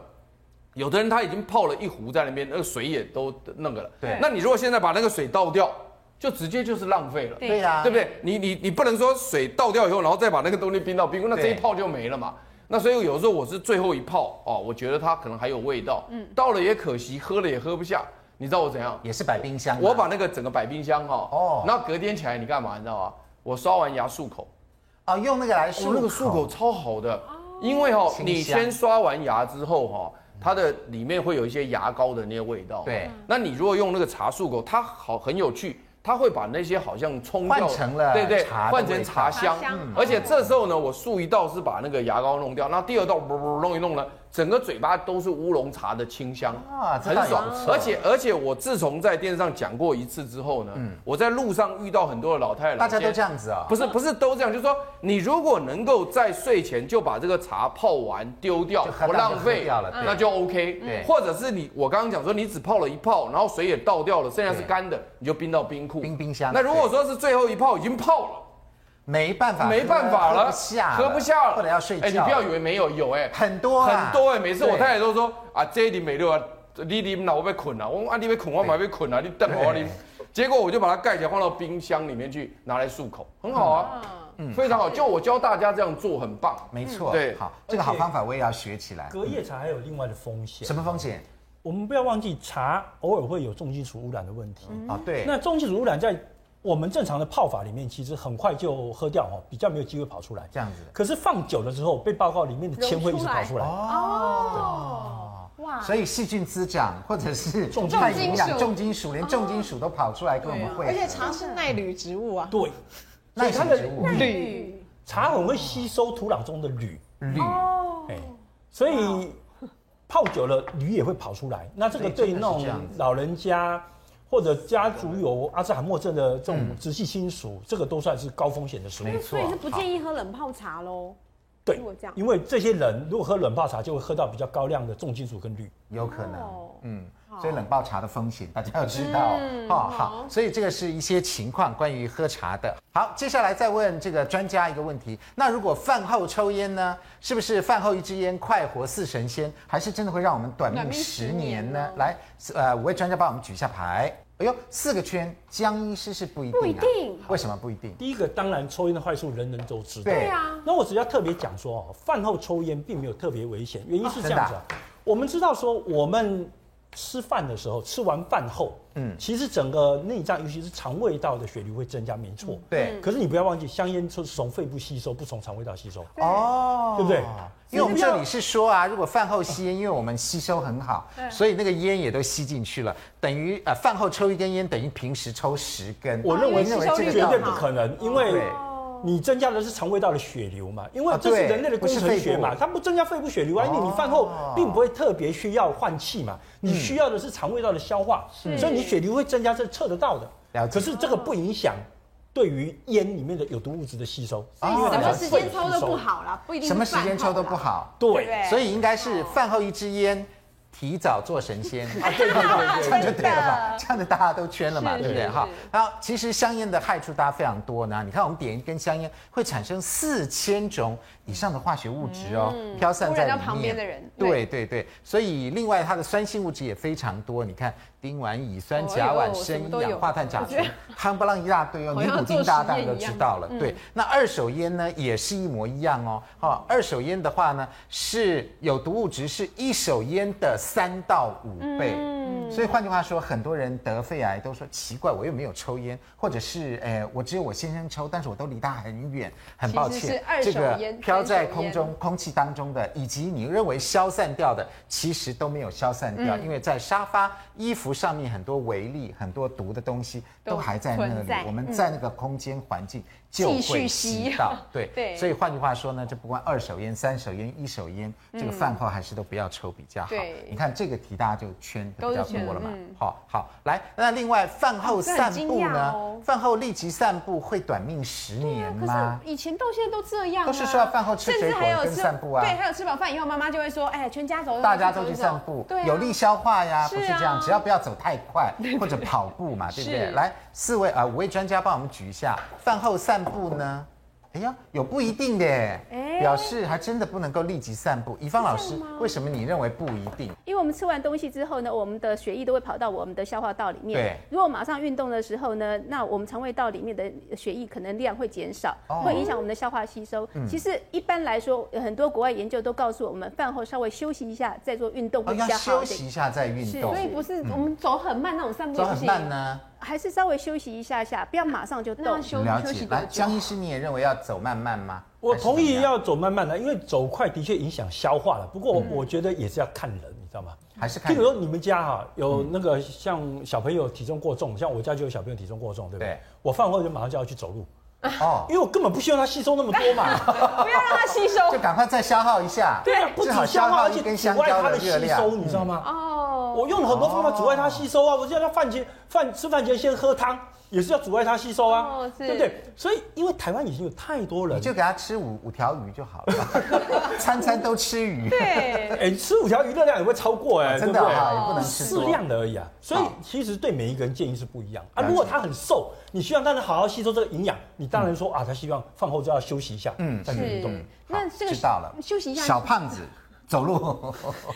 Speaker 4: 有的人他已经泡了一壶在那边，那个水也都那个了，
Speaker 1: 对
Speaker 4: 那你如果现在把那个水倒掉，就直接就是浪费了，
Speaker 1: 对呀，
Speaker 4: 对不对？你你你不能说水倒掉以后，然后再把那个东西冰到冰库，那这一
Speaker 1: 对
Speaker 4: 泡就没了嘛。那所以有时候我是最后一泡哦，我觉得它可能还有味道，嗯，倒了也可惜，喝了也喝不下。你知道我怎样？
Speaker 1: 也是摆冰箱啊，
Speaker 4: 我把那个整个摆冰箱哈、
Speaker 1: 哦
Speaker 4: 哦，然后隔天起来你干嘛？你知道吗？我刷完牙漱口，
Speaker 1: 哦用那个来漱
Speaker 4: 哦，那个漱口超好的，
Speaker 2: 哦
Speaker 4: 因为哈、
Speaker 1: 清香
Speaker 4: 你先刷完牙之后哈、它的里面会有一些牙膏的那些味道。哦
Speaker 1: 对，
Speaker 4: 那你如果用那个茶漱口，它好很有趣，它会把那些好像冲掉，
Speaker 1: 换成了
Speaker 4: 对对，
Speaker 1: 茶的
Speaker 4: 换成茶香。
Speaker 2: 茶香
Speaker 4: 嗯而且这时候呢，我漱一道是把那个牙膏弄掉，那第二道啵啵弄一弄呢，整个嘴巴都是乌龙茶的清香。
Speaker 2: 哦
Speaker 1: 啊，这
Speaker 4: 很
Speaker 1: 倒也
Speaker 4: 爽
Speaker 1: 不错，
Speaker 4: 而且而且我自从在电视上讲过一次之后呢，我在路上遇到很多的老太太，
Speaker 1: 嗯大家
Speaker 4: 老
Speaker 1: 都
Speaker 4: 先
Speaker 1: 这样子啊，
Speaker 4: 不是不是都这样，就是说你如果能够在睡前就把这个茶泡完丢掉
Speaker 1: 就喝，
Speaker 4: 不浪
Speaker 1: 就喝
Speaker 4: 费
Speaker 1: 掉了对嗯
Speaker 4: 那就 OK。
Speaker 1: 对
Speaker 4: 或者是你我刚刚讲说你只泡了一泡，然后水也倒掉了，剩下是
Speaker 1: 对
Speaker 4: 干的，你就冰到冰库。
Speaker 1: 冰冰箱
Speaker 4: 那如果
Speaker 1: 对
Speaker 4: 说是最后一泡已经泡了。
Speaker 1: 没办法喝，
Speaker 4: 没办法
Speaker 1: 啊喝
Speaker 4: 了，
Speaker 1: 不下，
Speaker 4: 喝不下了，
Speaker 1: 或者要睡觉。
Speaker 4: 哎，你不要以为没有，有哎，
Speaker 1: 很多啊
Speaker 4: 很多哎，每次我
Speaker 1: 对
Speaker 4: 太太都说啊，这一滴没六啊，你啉啦，我被困了，我说啊你被困，我买被困了，你等我啊
Speaker 1: 对
Speaker 4: 你。结果我就把它盖起来，放到冰箱里面去，拿来漱口，很好啊，
Speaker 1: 嗯
Speaker 4: 非常好。就我教大家这样做，很棒。
Speaker 1: 没错，
Speaker 4: 嗯对
Speaker 1: 好，这个好方法我也要学起来。
Speaker 6: 隔夜茶还有另外的风险。
Speaker 1: 什么风？险
Speaker 6: 我们不要忘记，茶偶尔会有重金属污染的问题。
Speaker 1: 啊？对，
Speaker 6: 那重金属污染在我们正常的泡法里面，其实很快就喝掉哦，比较没有机会跑出来。
Speaker 1: 这样子的
Speaker 6: 可是放久了之后，被报告里面的铅会一直跑出来。
Speaker 1: 哦，哇！所以细菌滋长，或者是
Speaker 6: 重金属
Speaker 1: 碳营养、重金属，连重金属都跑出来跟我们会合。啊
Speaker 7: 啊而且茶是耐铝植物啊，
Speaker 6: 对，
Speaker 1: 那
Speaker 6: 它
Speaker 1: 什
Speaker 6: 的
Speaker 1: 植物？
Speaker 7: 铝
Speaker 6: 茶很会吸收土壤中的铝，
Speaker 1: 铝。
Speaker 6: 哎，所以泡久了铝也会跑出来。那这个对那种老人家或者家族有阿兹海默症的这种直系亲属，这个都算是高风险的食
Speaker 1: 嗯
Speaker 6: 物。
Speaker 1: 没
Speaker 2: 所以是
Speaker 1: 错，
Speaker 2: 不建议喝冷泡茶喽。
Speaker 6: 对
Speaker 2: 如果这样，
Speaker 6: 因为这些人如果喝冷泡茶，就会喝到比较高量的重金属跟氯。
Speaker 1: 有可能。
Speaker 2: 哦，
Speaker 1: 嗯，所以冷泡茶的风险大家要知道、
Speaker 2: 嗯
Speaker 1: 哦。好
Speaker 2: 好，
Speaker 1: 所以这个是一些情况关于喝茶的。好，接下来再问这个专家一个问题：那如果饭后抽烟呢？是不是饭后一支烟快活似神仙，还是真的会让我们短
Speaker 2: 短
Speaker 1: 命
Speaker 2: 命
Speaker 1: 十
Speaker 2: 十
Speaker 1: 年呢？
Speaker 2: 年哦
Speaker 1: 来，呃，五位专家帮我们举一下牌。哎呦，四个圈，江医师是不一定、啊，
Speaker 2: 不一定
Speaker 1: 为什么不一定？
Speaker 6: 第一个，当然抽烟的坏处人人都知道。
Speaker 1: 对
Speaker 2: 对啊，
Speaker 6: 那我只要特别讲说哦，饭后抽烟并没有特别危险，原因是这样子、
Speaker 1: 真的啊
Speaker 6: 啊。我们知道说，我们吃饭的时候，吃完饭后，
Speaker 1: 嗯
Speaker 6: 嗯，其实整个内脏，尤其是肠胃道的血流会增加，没错。
Speaker 1: 对，
Speaker 6: 可是你不要忘记，香烟是从肺部吸收，不从肠胃道吸收。
Speaker 1: 哦，
Speaker 6: 对不对
Speaker 1: 因为我们这里是说啊，如果饭后吸烟，因为我们吸收很好，所以那个烟也都吸进去了，等于呃饭后抽一根烟，等于平时抽十根。哦
Speaker 6: 我认为
Speaker 1: 你认为
Speaker 7: 吸收
Speaker 1: 这个
Speaker 7: 率
Speaker 6: 绝
Speaker 1: 道
Speaker 6: 对
Speaker 1: 理
Speaker 6: 不可能，因为
Speaker 1: 哦对
Speaker 6: 你增加的是肠胃道的血流嘛，因为
Speaker 1: 啊
Speaker 6: 这是
Speaker 1: 对
Speaker 6: 人类的工程学
Speaker 1: 不是肺
Speaker 6: 嘛，
Speaker 1: 部哦
Speaker 6: 它不增加肺部血流啊，因为你饭后并不会特别需要换气嘛，
Speaker 1: 嗯
Speaker 6: 你需要的是肠胃道的消化，所以你血流会增加，这测得到的
Speaker 1: 了。解
Speaker 6: 可是这个不影响对于烟里面的有毒物质的吸收，
Speaker 1: 哦
Speaker 2: 所以
Speaker 6: 因为
Speaker 2: 什
Speaker 6: 它
Speaker 2: 么
Speaker 6: 是
Speaker 2: 时
Speaker 6: 肺
Speaker 2: 间
Speaker 6: 吸
Speaker 2: 抽都
Speaker 6: 收
Speaker 2: 不。好啦，不一定是
Speaker 1: 什么时
Speaker 2: 饭
Speaker 1: 间抽
Speaker 2: 后
Speaker 1: 都
Speaker 2: 啦
Speaker 1: 不。好，
Speaker 6: 对，
Speaker 2: 对
Speaker 1: 所以应该是饭后一支烟，提早做神仙。
Speaker 6: 对对对啊对
Speaker 1: 这 样就对了吧？这样就大家都圈了嘛，
Speaker 2: 是
Speaker 1: 对不对？
Speaker 2: 是
Speaker 1: 哈
Speaker 2: 是，
Speaker 1: 然后其实香烟的害处大家非常多呢。你看我们点一根香烟会产生四千种以上的化学物质哦，飘散在
Speaker 2: 污
Speaker 1: 里
Speaker 2: 染到
Speaker 1: 面。
Speaker 2: 旁边的人
Speaker 1: 对对对，所以另外它的酸性物质也非常多。你看丁烷、乙酸、
Speaker 2: 哦
Speaker 1: 甲烷、
Speaker 2: 哎呦
Speaker 1: 砷
Speaker 2: 什么
Speaker 1: 一
Speaker 2: 都有
Speaker 1: 氧化碳、甲
Speaker 2: 我觉
Speaker 1: 醛
Speaker 2: 得，
Speaker 1: 夯不啷一大堆哦。
Speaker 7: 好
Speaker 1: 尼
Speaker 7: 像
Speaker 1: 古丁
Speaker 7: 做
Speaker 1: 大家
Speaker 7: 实
Speaker 1: 大家
Speaker 7: 验
Speaker 1: 都
Speaker 7: 一
Speaker 1: 知
Speaker 7: 样
Speaker 1: 道了。对，那二手烟呢也是一模一样哦。哈、二手烟的话呢是有毒物质是一手烟的三到五倍。
Speaker 2: 嗯
Speaker 1: 所以换句话说，很多人得肺癌都说奇怪，我又没有抽烟，或者是呃，我只有我先生抽，但是我都离他很远。很抱
Speaker 2: 其实
Speaker 1: 歉
Speaker 2: 是，二
Speaker 1: 这
Speaker 2: 手
Speaker 1: 个
Speaker 2: 烟
Speaker 1: 飘在
Speaker 2: 三手
Speaker 1: 空
Speaker 2: 烟
Speaker 1: 中。空气当中的，以及你认为消散掉的，其实都没有消散掉，
Speaker 2: 嗯
Speaker 1: 因为在沙发、衣服上面很多微粒、很多毒的东西都
Speaker 2: 都
Speaker 1: 还在那
Speaker 2: 存
Speaker 1: 里
Speaker 2: 在。
Speaker 1: 我们在那个空间环境就
Speaker 2: 嗯继续
Speaker 1: 会
Speaker 2: 吸
Speaker 1: 吸到，对
Speaker 2: 对
Speaker 1: 所以换句话说呢，这不管二手烟、三手烟、一手烟，这个饭后还是都不要抽比较好。
Speaker 2: 嗯对
Speaker 1: 你看这个题大家就圈得比较
Speaker 2: 都是圈
Speaker 1: 多了嘛
Speaker 2: 嗯。
Speaker 1: 好好，来，那另外饭后
Speaker 2: 哦这很
Speaker 1: 散
Speaker 2: 惊
Speaker 1: 步
Speaker 2: 讶
Speaker 1: 呢
Speaker 2: 哦？啊
Speaker 1: 饭后立即散步会短命十年
Speaker 2: 可
Speaker 1: 吗？
Speaker 2: 是以前到现在都这样、啊，
Speaker 1: 都是说要饭后吃
Speaker 2: 甚
Speaker 1: 水
Speaker 2: 至
Speaker 1: 果
Speaker 2: 还有
Speaker 1: 跟
Speaker 2: 吃
Speaker 1: 散步啊
Speaker 2: 对，还有吃饱饭以后，妈妈就会说：“哎，全家走一走，
Speaker 1: 大家都
Speaker 2: 走
Speaker 1: 去
Speaker 2: 一走
Speaker 1: 散步，
Speaker 2: 对、啊，
Speaker 1: 有利消化呀，
Speaker 2: 是
Speaker 1: 不是这样
Speaker 2: 啊，
Speaker 1: 只要不要走太 快或者跑步嘛，对不对？
Speaker 2: 是
Speaker 1: 来，四位啊、呃五位专家帮我们举一下，饭后散步呢？哎呀，有不一定的耶，
Speaker 2: 哎
Speaker 1: 表示还真的不能够立即散步。怡芳老师，为什么你认为不一定？
Speaker 5: 因为我们吃完东西之后呢，我们的血液都会跑到我们的消化道里面。
Speaker 1: 对
Speaker 5: 如果马上运动的时候呢，那我们肠胃道里面的血液可能量会减少，
Speaker 1: 哦嗯
Speaker 5: 会影响我们的消化吸收。其实一般来说，呃很多国外研究都告诉我们，饭后稍微休息一下再做运动
Speaker 1: 哦，
Speaker 5: 会比
Speaker 1: 要
Speaker 5: 较好
Speaker 1: 休
Speaker 5: 一
Speaker 1: 息
Speaker 5: 点。
Speaker 1: 一下再运动
Speaker 2: 所以，不是我们走很慢那种散步
Speaker 1: 走
Speaker 2: 也不
Speaker 1: 很
Speaker 2: 行，
Speaker 1: 慢呢。
Speaker 5: 还是稍微休息一下下，不要马上就
Speaker 2: 那
Speaker 5: 动。
Speaker 2: 休
Speaker 1: 了
Speaker 2: 休
Speaker 1: 解
Speaker 2: 息，多
Speaker 1: 来，
Speaker 2: 久
Speaker 1: 江？医师，你也认为要走慢慢吗？
Speaker 6: 我
Speaker 1: 还是
Speaker 6: 同
Speaker 1: 怎么
Speaker 6: 意
Speaker 1: 样，
Speaker 6: 要走慢慢的，因为走快的确影响消化了。不过我我觉得也是要看人，你知道吗？
Speaker 1: 还是
Speaker 6: 譬
Speaker 1: 看
Speaker 6: 如说你们家哈、有那个像小朋友体重过重，像我家就有小朋友体重过重，嗯对不对？
Speaker 1: 对
Speaker 6: 我饭后就马上就要去走路，
Speaker 1: 哦
Speaker 6: 因，为我根本不希望他吸收那么多嘛。
Speaker 2: 不要让它吸收
Speaker 1: 就赶快再消耗一下，
Speaker 6: 对啊，不
Speaker 1: 至
Speaker 6: 止
Speaker 1: 好
Speaker 6: 消化，而
Speaker 1: 一
Speaker 6: 且
Speaker 1: 根
Speaker 6: 阻
Speaker 1: 香
Speaker 6: 碍
Speaker 1: 蕉
Speaker 6: 他
Speaker 1: 的
Speaker 6: 的
Speaker 1: 热
Speaker 6: 吸
Speaker 1: 量。嗯
Speaker 6: 收，你知道吗？
Speaker 2: 哦。
Speaker 6: 我用了很多方法阻碍他吸收啊，我叫他饭前饭吃饭前先喝汤，也是要阻碍他吸收啊，
Speaker 2: 哦是
Speaker 6: 对不对？所以因为台湾已经有太多人
Speaker 1: 你就给他吃五五条鱼就好 了，餐餐都吃鱼。
Speaker 2: 对，
Speaker 6: 哎，吃五条鱼热量也会超过哎、
Speaker 1: 啊
Speaker 6: 对
Speaker 1: 真
Speaker 6: 不
Speaker 1: 的
Speaker 6: 对？
Speaker 1: 啊，也不能
Speaker 2: 哦
Speaker 1: 吃
Speaker 6: 适
Speaker 1: 多。
Speaker 6: 量的而已啊，所以
Speaker 1: 好
Speaker 6: 其实对每一个人建议是不一样
Speaker 1: 了
Speaker 6: 啊。
Speaker 1: 解
Speaker 6: 如果他很瘦，你希望他能好好吸收这个营养，你当然说啊，他希望饭后就要休息一下，
Speaker 1: 嗯
Speaker 6: 嗯，再去运动
Speaker 2: 是。那这个
Speaker 1: 知道了
Speaker 2: 休息一下
Speaker 1: 小胖子走路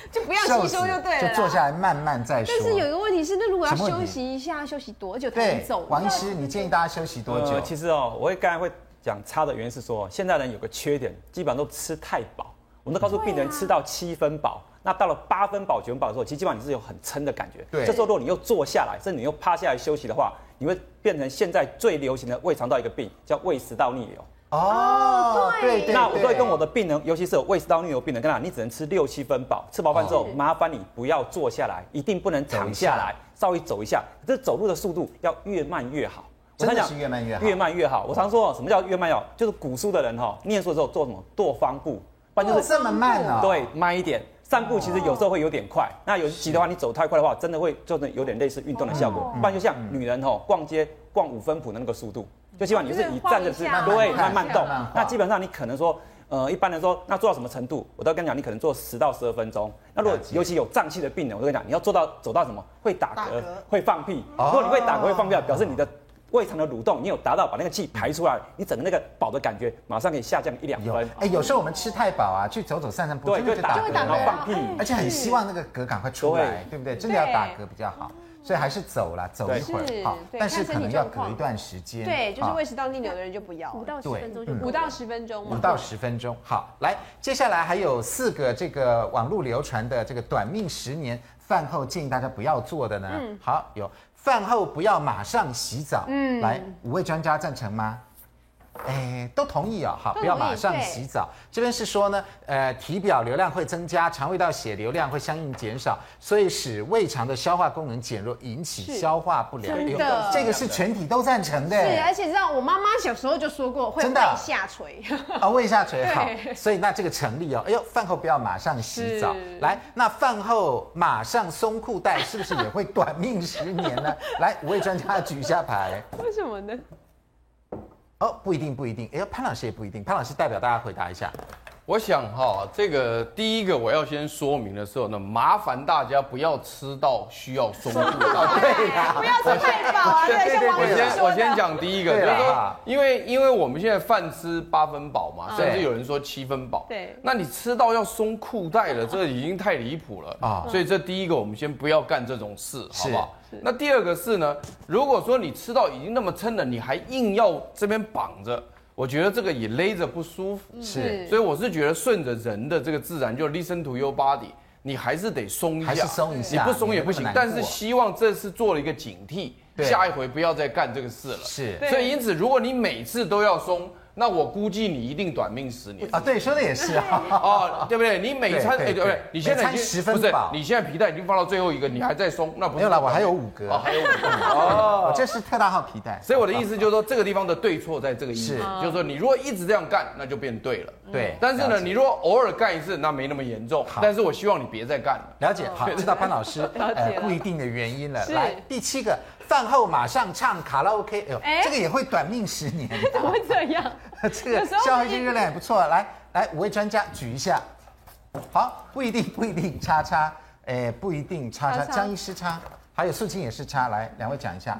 Speaker 2: 就 不要吸收
Speaker 1: 瘦子
Speaker 2: 就对了啦。
Speaker 1: 就坐下来慢慢再说。
Speaker 2: 但是有一个问题是，那如果要
Speaker 1: 什么问
Speaker 2: 休
Speaker 1: 题
Speaker 2: 息一下，休息多久才能
Speaker 1: 对
Speaker 2: 走？
Speaker 1: 王医师，你建议大家休息多久？
Speaker 3: 呃其实哦，我会刚才会讲差的原因是说，现在人有个缺点，基本上都吃太饱。我们都告诉病人吃到七分饱，那到了八分饱、九分饱的时候，其实基本上你是有很撑的感觉。
Speaker 1: 对
Speaker 3: 这时候如果你又坐下来，甚至你又趴下来休息的话，你会变成现在最流行的胃肠道一个病，叫胃食道逆流。
Speaker 1: 哦，对对。
Speaker 3: 那我都会跟我的病人，尤其是有胃食道逆流病人，跟他讲你只能吃六七分饱，吃饱饭之后，麻烦你不要坐下来，一定不能躺下来，稍微走一下。这走路的速度要越慢越好。
Speaker 1: 我常讲越慢越好，
Speaker 3: 越慢越好。我常说什么叫越慢越好，就是古书的人哈，念书的时候做什么跺方步，
Speaker 1: 不然就是
Speaker 3: 这
Speaker 1: 么慢啊。
Speaker 3: 对，慢一点。散步其实有时候会有点快，那有急的话，你走太快的话，真的会就是有点类似运动的效果。不然就像女人吼逛街逛五分埔的那个速度，就希望你是以站着姿势，对，哦慢慢动。那基本上你可能说，呃，一般来说，那做到什么程度，我都跟你讲，你可能做十到十二分钟。那如果尤其有胀气的病人，我都跟你讲，你要做到走到什么会打嗝、会放屁。如果你会打嗝、会放屁，表示你的。胃肠的蠕动，你有达到把那个气排出来，你整个那个饱的感觉马上可以下降一两分。
Speaker 1: 哎，有时候我们吃太饱啊，去走走散散步，
Speaker 3: 对，就打嗝，然后放屁，
Speaker 1: 而且很希望那个嗝赶快出来，对不对？真的要打嗝比较好，所以还是走啦，走一会儿好，但是可能要隔一段时间。
Speaker 2: 对，就是胃食道逆流的人就不要
Speaker 5: 五到十分钟就
Speaker 1: 嗯
Speaker 2: 五到十分钟
Speaker 1: 五到十分钟。好，来，接下来还有四个这个网络流传的这个短命十年饭后建议大家不要做的呢。好，有。饭后不要马上洗澡。嗯，来，五位专家赞成吗？哎，都同意哦。好，不要马上洗澡。这边是说呢，呃，体表流量会增加，肠胃道血流量会相应减少，所以使胃肠的消化功能减弱，引起消化不良。
Speaker 2: 真的，
Speaker 1: 这个是全体都赞成的。
Speaker 2: 是，而且知道我妈妈小时候就说过，会胃下垂。
Speaker 1: 啊，胃下垂好，所以那这个成立哦。哎呦，饭后不要马上洗澡。来，那饭后马上松裤带，是不是也会短命十年 呢？来，五位专家举一下牌。
Speaker 2: 为什么呢？
Speaker 1: 哦，不一定，不一定。哎呀，潘老师也不一定。潘老师代表大家回答一下。
Speaker 4: 我想哈、哦，这个第一个我要先说明的时候呢，麻烦大家不要吃到需要松动。
Speaker 1: 对呀、啊，
Speaker 2: 不要吃太饱啊！对，啊像王
Speaker 4: 我先我先讲第一个，就是说，因为因为我们现在饭吃八分饱嘛，嗯、甚至有人说七分饱。
Speaker 2: 对，
Speaker 4: 那你吃到要松裤带了，这已经太离谱了啊！所以这第一个我们先不要干这种事，好不好？那第二个是呢，如果说你吃到已经那么撑了，你还硬要这边绑着。我觉得这个也勒着不舒
Speaker 2: 嗯
Speaker 4: 服，
Speaker 1: 是，
Speaker 4: 所以我是觉得顺着人的这个自然，就 listen to your body，你还是得松一下，
Speaker 1: 还是松一下，
Speaker 4: 你不松也不行。但是希望这次做了一个警惕，下一回不要再干这个事了。
Speaker 1: 是，
Speaker 4: 所以因此，如果你每次都要松，那我估计你一定短命十年
Speaker 1: 啊。对，说的也是
Speaker 4: 啊，哦，对不对？你每餐哎，对不对？你现在
Speaker 1: 十分饱，
Speaker 4: 你现在皮带已经放到最后一个，你还在松，那不
Speaker 1: 没有了，我还有五个，
Speaker 4: 啊还有五个 哦。
Speaker 1: 哦，这是特大号皮带，
Speaker 4: 所以我的意思就是说，这个地方的对错在这个意思，就是说你如果一直这样干，那就变对了。
Speaker 1: 对，
Speaker 4: 但是呢，你如果偶尔干一次，那没那么严重。但是我希望你别再干了。
Speaker 1: 了解，好，知道潘老师呃不一定的原因了。来，第七个，饭后马上唱卡拉 OK，哎呦，这个也会短命十年。
Speaker 2: 怎么会这样？
Speaker 1: 这个消化性热量也不错。来，来，五位专家举一下。好，不一定，不一定，叉叉，哎，不一定，叉叉，江医师叉。还有素琴也是差，来两位讲一下。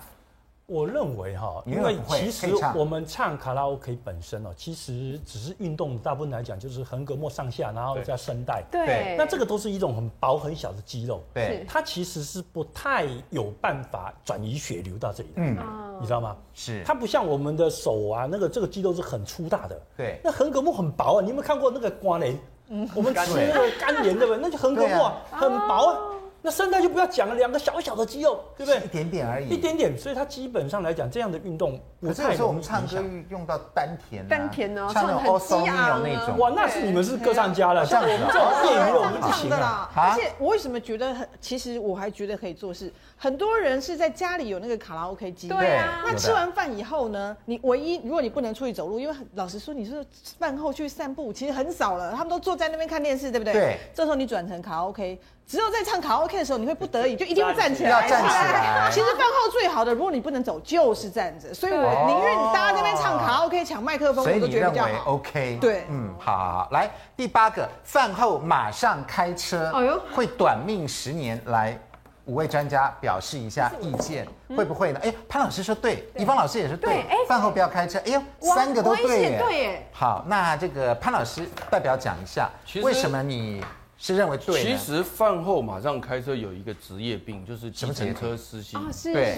Speaker 6: 我认为哈，因为其实我们唱卡拉 OK 本身哦，其实只是运动大部分来讲就是横膈膜上下，然后加声带。
Speaker 2: 对。
Speaker 6: 那这个都是一种很薄很小的肌肉，
Speaker 1: 对，
Speaker 6: 它其实是不太有办法转移血流到这里。嗯。你知道吗？
Speaker 1: 是。
Speaker 6: 它不像我们的手啊，那个这个肌肉是很粗大的。
Speaker 1: 对。
Speaker 6: 那横膈膜很薄啊，你有没有看过那个瓜莲？嗯。我们吃那个干莲对不对？那就横膈膜很薄啊。那声带就不要讲了，两个小小的肌肉，对不对？
Speaker 1: 哦一点点而已，
Speaker 6: 一点点。所以它基本上来讲，这样的运动不太
Speaker 1: 有时候我们唱歌用到丹田、啊，
Speaker 2: 丹田呢，
Speaker 1: 唱那种 o 啊那种。
Speaker 6: 哇，那是你们是歌唱家了，
Speaker 1: 啊
Speaker 6: 像我们这
Speaker 1: 哦
Speaker 6: 种业余的我们不行啊。
Speaker 7: 而且我为什么觉得很？其实我还觉得可以做事。很多人是在家里有那个卡拉 OK 机，
Speaker 2: 对啊。
Speaker 7: 那吃完饭以后呢？你唯一如果你不能出去走路，因为老实说，你是饭后去散步，其实很少了，他们都坐在那边看电视，对不对？
Speaker 1: 对。
Speaker 7: 这时候你转成卡拉 OK。只有在唱卡拉 OK 的时候，你会不得已就一定会站起来。
Speaker 1: 要站起来。
Speaker 7: 其实饭后最好的，如果你不能走，就是站着。所以我宁愿大家这边
Speaker 4: 哦
Speaker 7: 唱卡拉 OK 抢麦克风，我都觉得比较好。
Speaker 1: OK。
Speaker 7: 对，
Speaker 1: 嗯，好好好。来，第八个，饭后马上开车，哎呦，会短命十年。来，五位专家表示一下意见，会不会呢？哎，潘老师说对，一方老师也是对。哎，饭后不要开车。哎呦，三个都对耶。
Speaker 2: 对耶。
Speaker 1: 好，那这个潘老师代表讲一下，为什么你？是认为对。
Speaker 4: 其实饭后马上开车有一个职业病，就是计程车司机。
Speaker 2: 哦，是是。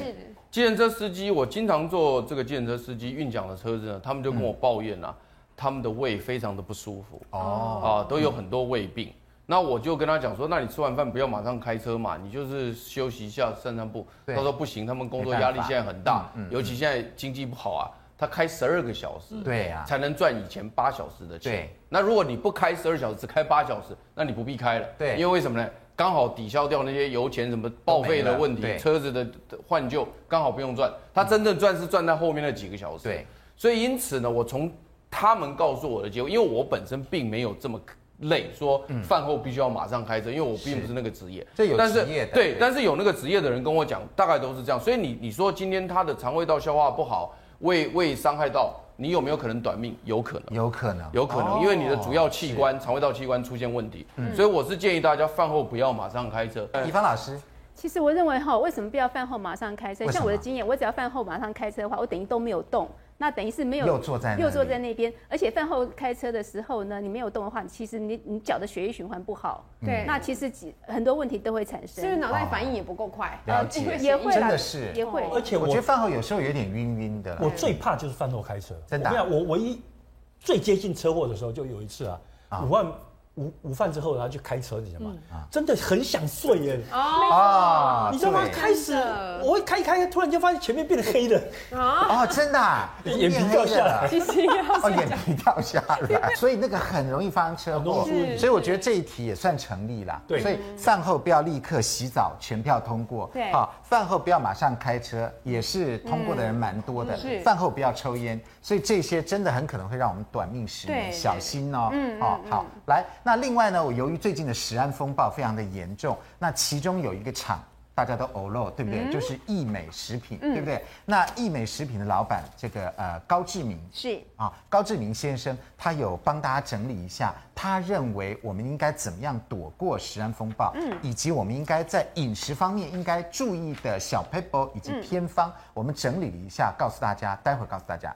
Speaker 4: 计程车司机，我经常坐这个计程车司机运奖的车子呢，他
Speaker 1: 嗯
Speaker 4: 们就跟我抱怨啊，他们的胃非常的不舒服。哦。啊，都有很多胃病。那我就跟他讲说，那你吃完饭不要马上开车嘛，你就是休息一下，散散步。
Speaker 1: 对
Speaker 4: 他说不行，他们工作
Speaker 1: 没
Speaker 4: 压
Speaker 1: 办
Speaker 4: 力
Speaker 1: 法
Speaker 4: 现在很大，
Speaker 1: 嗯嗯
Speaker 4: 尤其现在经济不好啊，他开十二个小时，
Speaker 1: 对呀
Speaker 4: 才能赚以前八小时的钱。
Speaker 1: 啊对，
Speaker 4: 那如果你不开十二小时，只开八小时，那你不必开了。
Speaker 1: 对
Speaker 4: 因为为什么呢？刚好抵消掉那些油钱、什么报废的问题
Speaker 1: 对、
Speaker 4: 车子的换旧，刚好不用赚。他真正赚是赚在后面那几个小时。
Speaker 1: 对，
Speaker 4: 所以因此呢，我从他们告诉我的结果，因为我本身并没有这么累，说饭后必须要马上开车，因为我并不是那个职业。
Speaker 1: 嗯这有
Speaker 4: 但是
Speaker 1: 职业的
Speaker 4: 对
Speaker 1: 对，
Speaker 4: 但是有那个职业的人跟我讲，大概都是这样。所以你你说今天他的肠胃道消化不好，胃胃伤害到，你有没有可能短命？有可能。
Speaker 1: 有可能，哦
Speaker 4: 有可能，因为你的主要器官肠胃道器官出现问题，所以我是建议大家饭后不要马上开车。
Speaker 1: 怡芳老师，
Speaker 5: 其实我认为哈，为什么不要饭后马上开车？
Speaker 1: 为什么
Speaker 5: 像我的经验，我只要饭后马上开车的话，我等于都没有动，那等于是没有
Speaker 1: 又坐在那里
Speaker 5: 又坐在那边。而且饭后开车的时候呢，你没有动的话，其实你你脚的血液循环不好，
Speaker 1: 嗯
Speaker 2: 对
Speaker 5: 那其实几很多问题都会产
Speaker 2: 是不是
Speaker 5: 生。
Speaker 2: 脑袋
Speaker 1: 啊
Speaker 2: 反应也不够快？呃
Speaker 1: 了解
Speaker 2: 因为
Speaker 5: 也会
Speaker 1: 真
Speaker 5: 啦
Speaker 1: 的是
Speaker 5: 也会。
Speaker 6: 而且
Speaker 1: 我
Speaker 6: 我
Speaker 1: 觉得饭后有时候有点晕晕的
Speaker 6: 我
Speaker 1: 了。
Speaker 6: 最怕就是饭后开车。
Speaker 1: 哎真的啊
Speaker 6: 我跟你讲，我唯一最接近车祸的时候，就有一次啊，午饭午午饭之后，然后去开车，你知道吗？真的很想睡耶。
Speaker 2: 哦
Speaker 1: 嗯啊
Speaker 6: 你知道吗？
Speaker 1: 对
Speaker 6: 开始
Speaker 2: 真的
Speaker 6: 我会开一开，突然间发现前面变得 黑的，
Speaker 2: 啊，
Speaker 1: 哦，真的啊，已经
Speaker 6: 眼皮
Speaker 1: 变
Speaker 6: 掉
Speaker 1: 黑
Speaker 6: 下
Speaker 1: 的
Speaker 6: 来
Speaker 1: 了
Speaker 2: 其实要
Speaker 1: 哦，眼皮掉下来，所以那个很容易发生车祸
Speaker 6: 很容易出，
Speaker 1: 所以我觉得这一题也算成立啦。
Speaker 6: 对
Speaker 1: 所以饭后不要立刻洗澡，全票通过。
Speaker 2: 对
Speaker 1: 好，饭后不要马上开车，也是通过的人蛮多的
Speaker 2: 嗯是。
Speaker 1: 饭后不要抽烟，所以这些真的很可能会让我们短命十年，
Speaker 2: 对
Speaker 1: 小心哦。
Speaker 2: 嗯嗯
Speaker 1: 哦，好，来，那另外呢，我由于最近的食安风暴非常的严重，那其中有一个厂。大家都欧漏，对不对？就是益美食品，对不对？那益美食品的老板，这个呃高志明，
Speaker 2: 是
Speaker 1: 啊，高志明先生他有帮大家整理一下，他认为我们应该怎么样躲过食安风暴，嗯，以及我们应该在饮食方面应该注意的小 paper 以及偏方，我们整理了一下，告诉大家，待会儿告诉大家。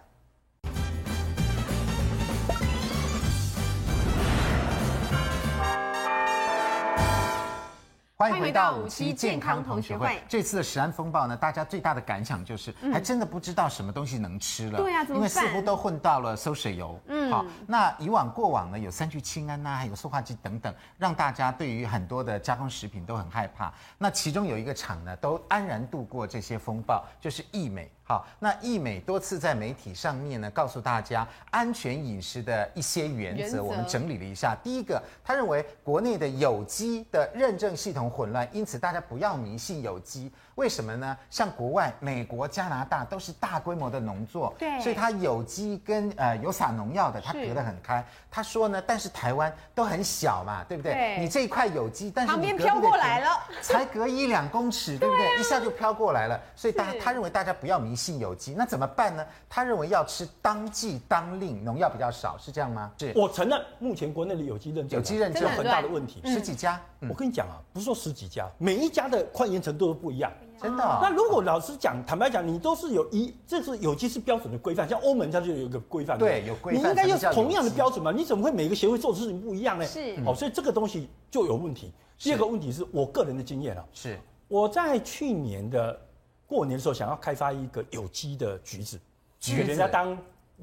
Speaker 1: 欢迎回到五期健康
Speaker 2: 欢迎回到五期健康同
Speaker 1: 同学
Speaker 2: 学
Speaker 1: 会嗯
Speaker 2: 会。
Speaker 1: 这次的食安风暴呢，大家最大的感想就是，还真的不知道什么东西能吃了。
Speaker 2: 对啊怎么
Speaker 1: 因为似
Speaker 2: 办
Speaker 1: 乎都混到了馊水油。嗯，好，那以往过往呢，有三聚氰胺呐、还有塑化剂等等，让大家对于很多的加工食品都很害怕。那其中有一个厂呢，都安然度过这些风暴，就是益美。好，那益美多次在媒体上面呢，告诉大家安全饮食的一些原
Speaker 2: 原
Speaker 1: 则，
Speaker 2: 则
Speaker 1: 我们整理了一下。第一个，他认为国内的有机的认证系统混乱，因此大家不要迷信有机。为什么呢？像国外，美国、加拿大都是大规模的农作，
Speaker 2: 对
Speaker 1: 所以它有机跟呃有撒农药的，它
Speaker 2: 是
Speaker 1: 隔得很开。他说呢，但是台湾都很小嘛，对不对？
Speaker 2: 对
Speaker 1: 你这一块有机，但是
Speaker 2: 旁
Speaker 1: 你
Speaker 2: 边
Speaker 1: 隔壁的
Speaker 2: 飘过
Speaker 1: 田
Speaker 2: 来了， 啊
Speaker 1: 才隔一两公尺，对不对？一下就飘过来了，所以大
Speaker 2: 是
Speaker 1: 他认为大家不要迷信有机，那怎么办呢？他认为要吃当季当令，农药比较少，是这样吗？是
Speaker 6: 我承认目前国内的有机认证啊
Speaker 1: 有机认证嗯
Speaker 6: 有很大的问题。
Speaker 1: 十几家，
Speaker 6: 我跟你讲啊，不是说十几家，每一家的矿盐程度都不一样。
Speaker 1: 真的哦、
Speaker 6: 那如果老实讲，坦白讲，你都是有一，这是有机是标准的规范，像欧盟它就有一个规范，
Speaker 1: 对有规范
Speaker 6: 你应该
Speaker 1: 才叫
Speaker 6: 要同样的
Speaker 1: 有机
Speaker 6: 标准嘛，你怎么会每个协会做的事情不一样呢？
Speaker 2: 是
Speaker 6: 哦，所以这个东西就有问题。第二个问题是我个人的经验啊，
Speaker 1: 是
Speaker 6: 我在去年的过年的时候，想要开发一个有机的橘子，
Speaker 1: 橘子
Speaker 6: 给人家当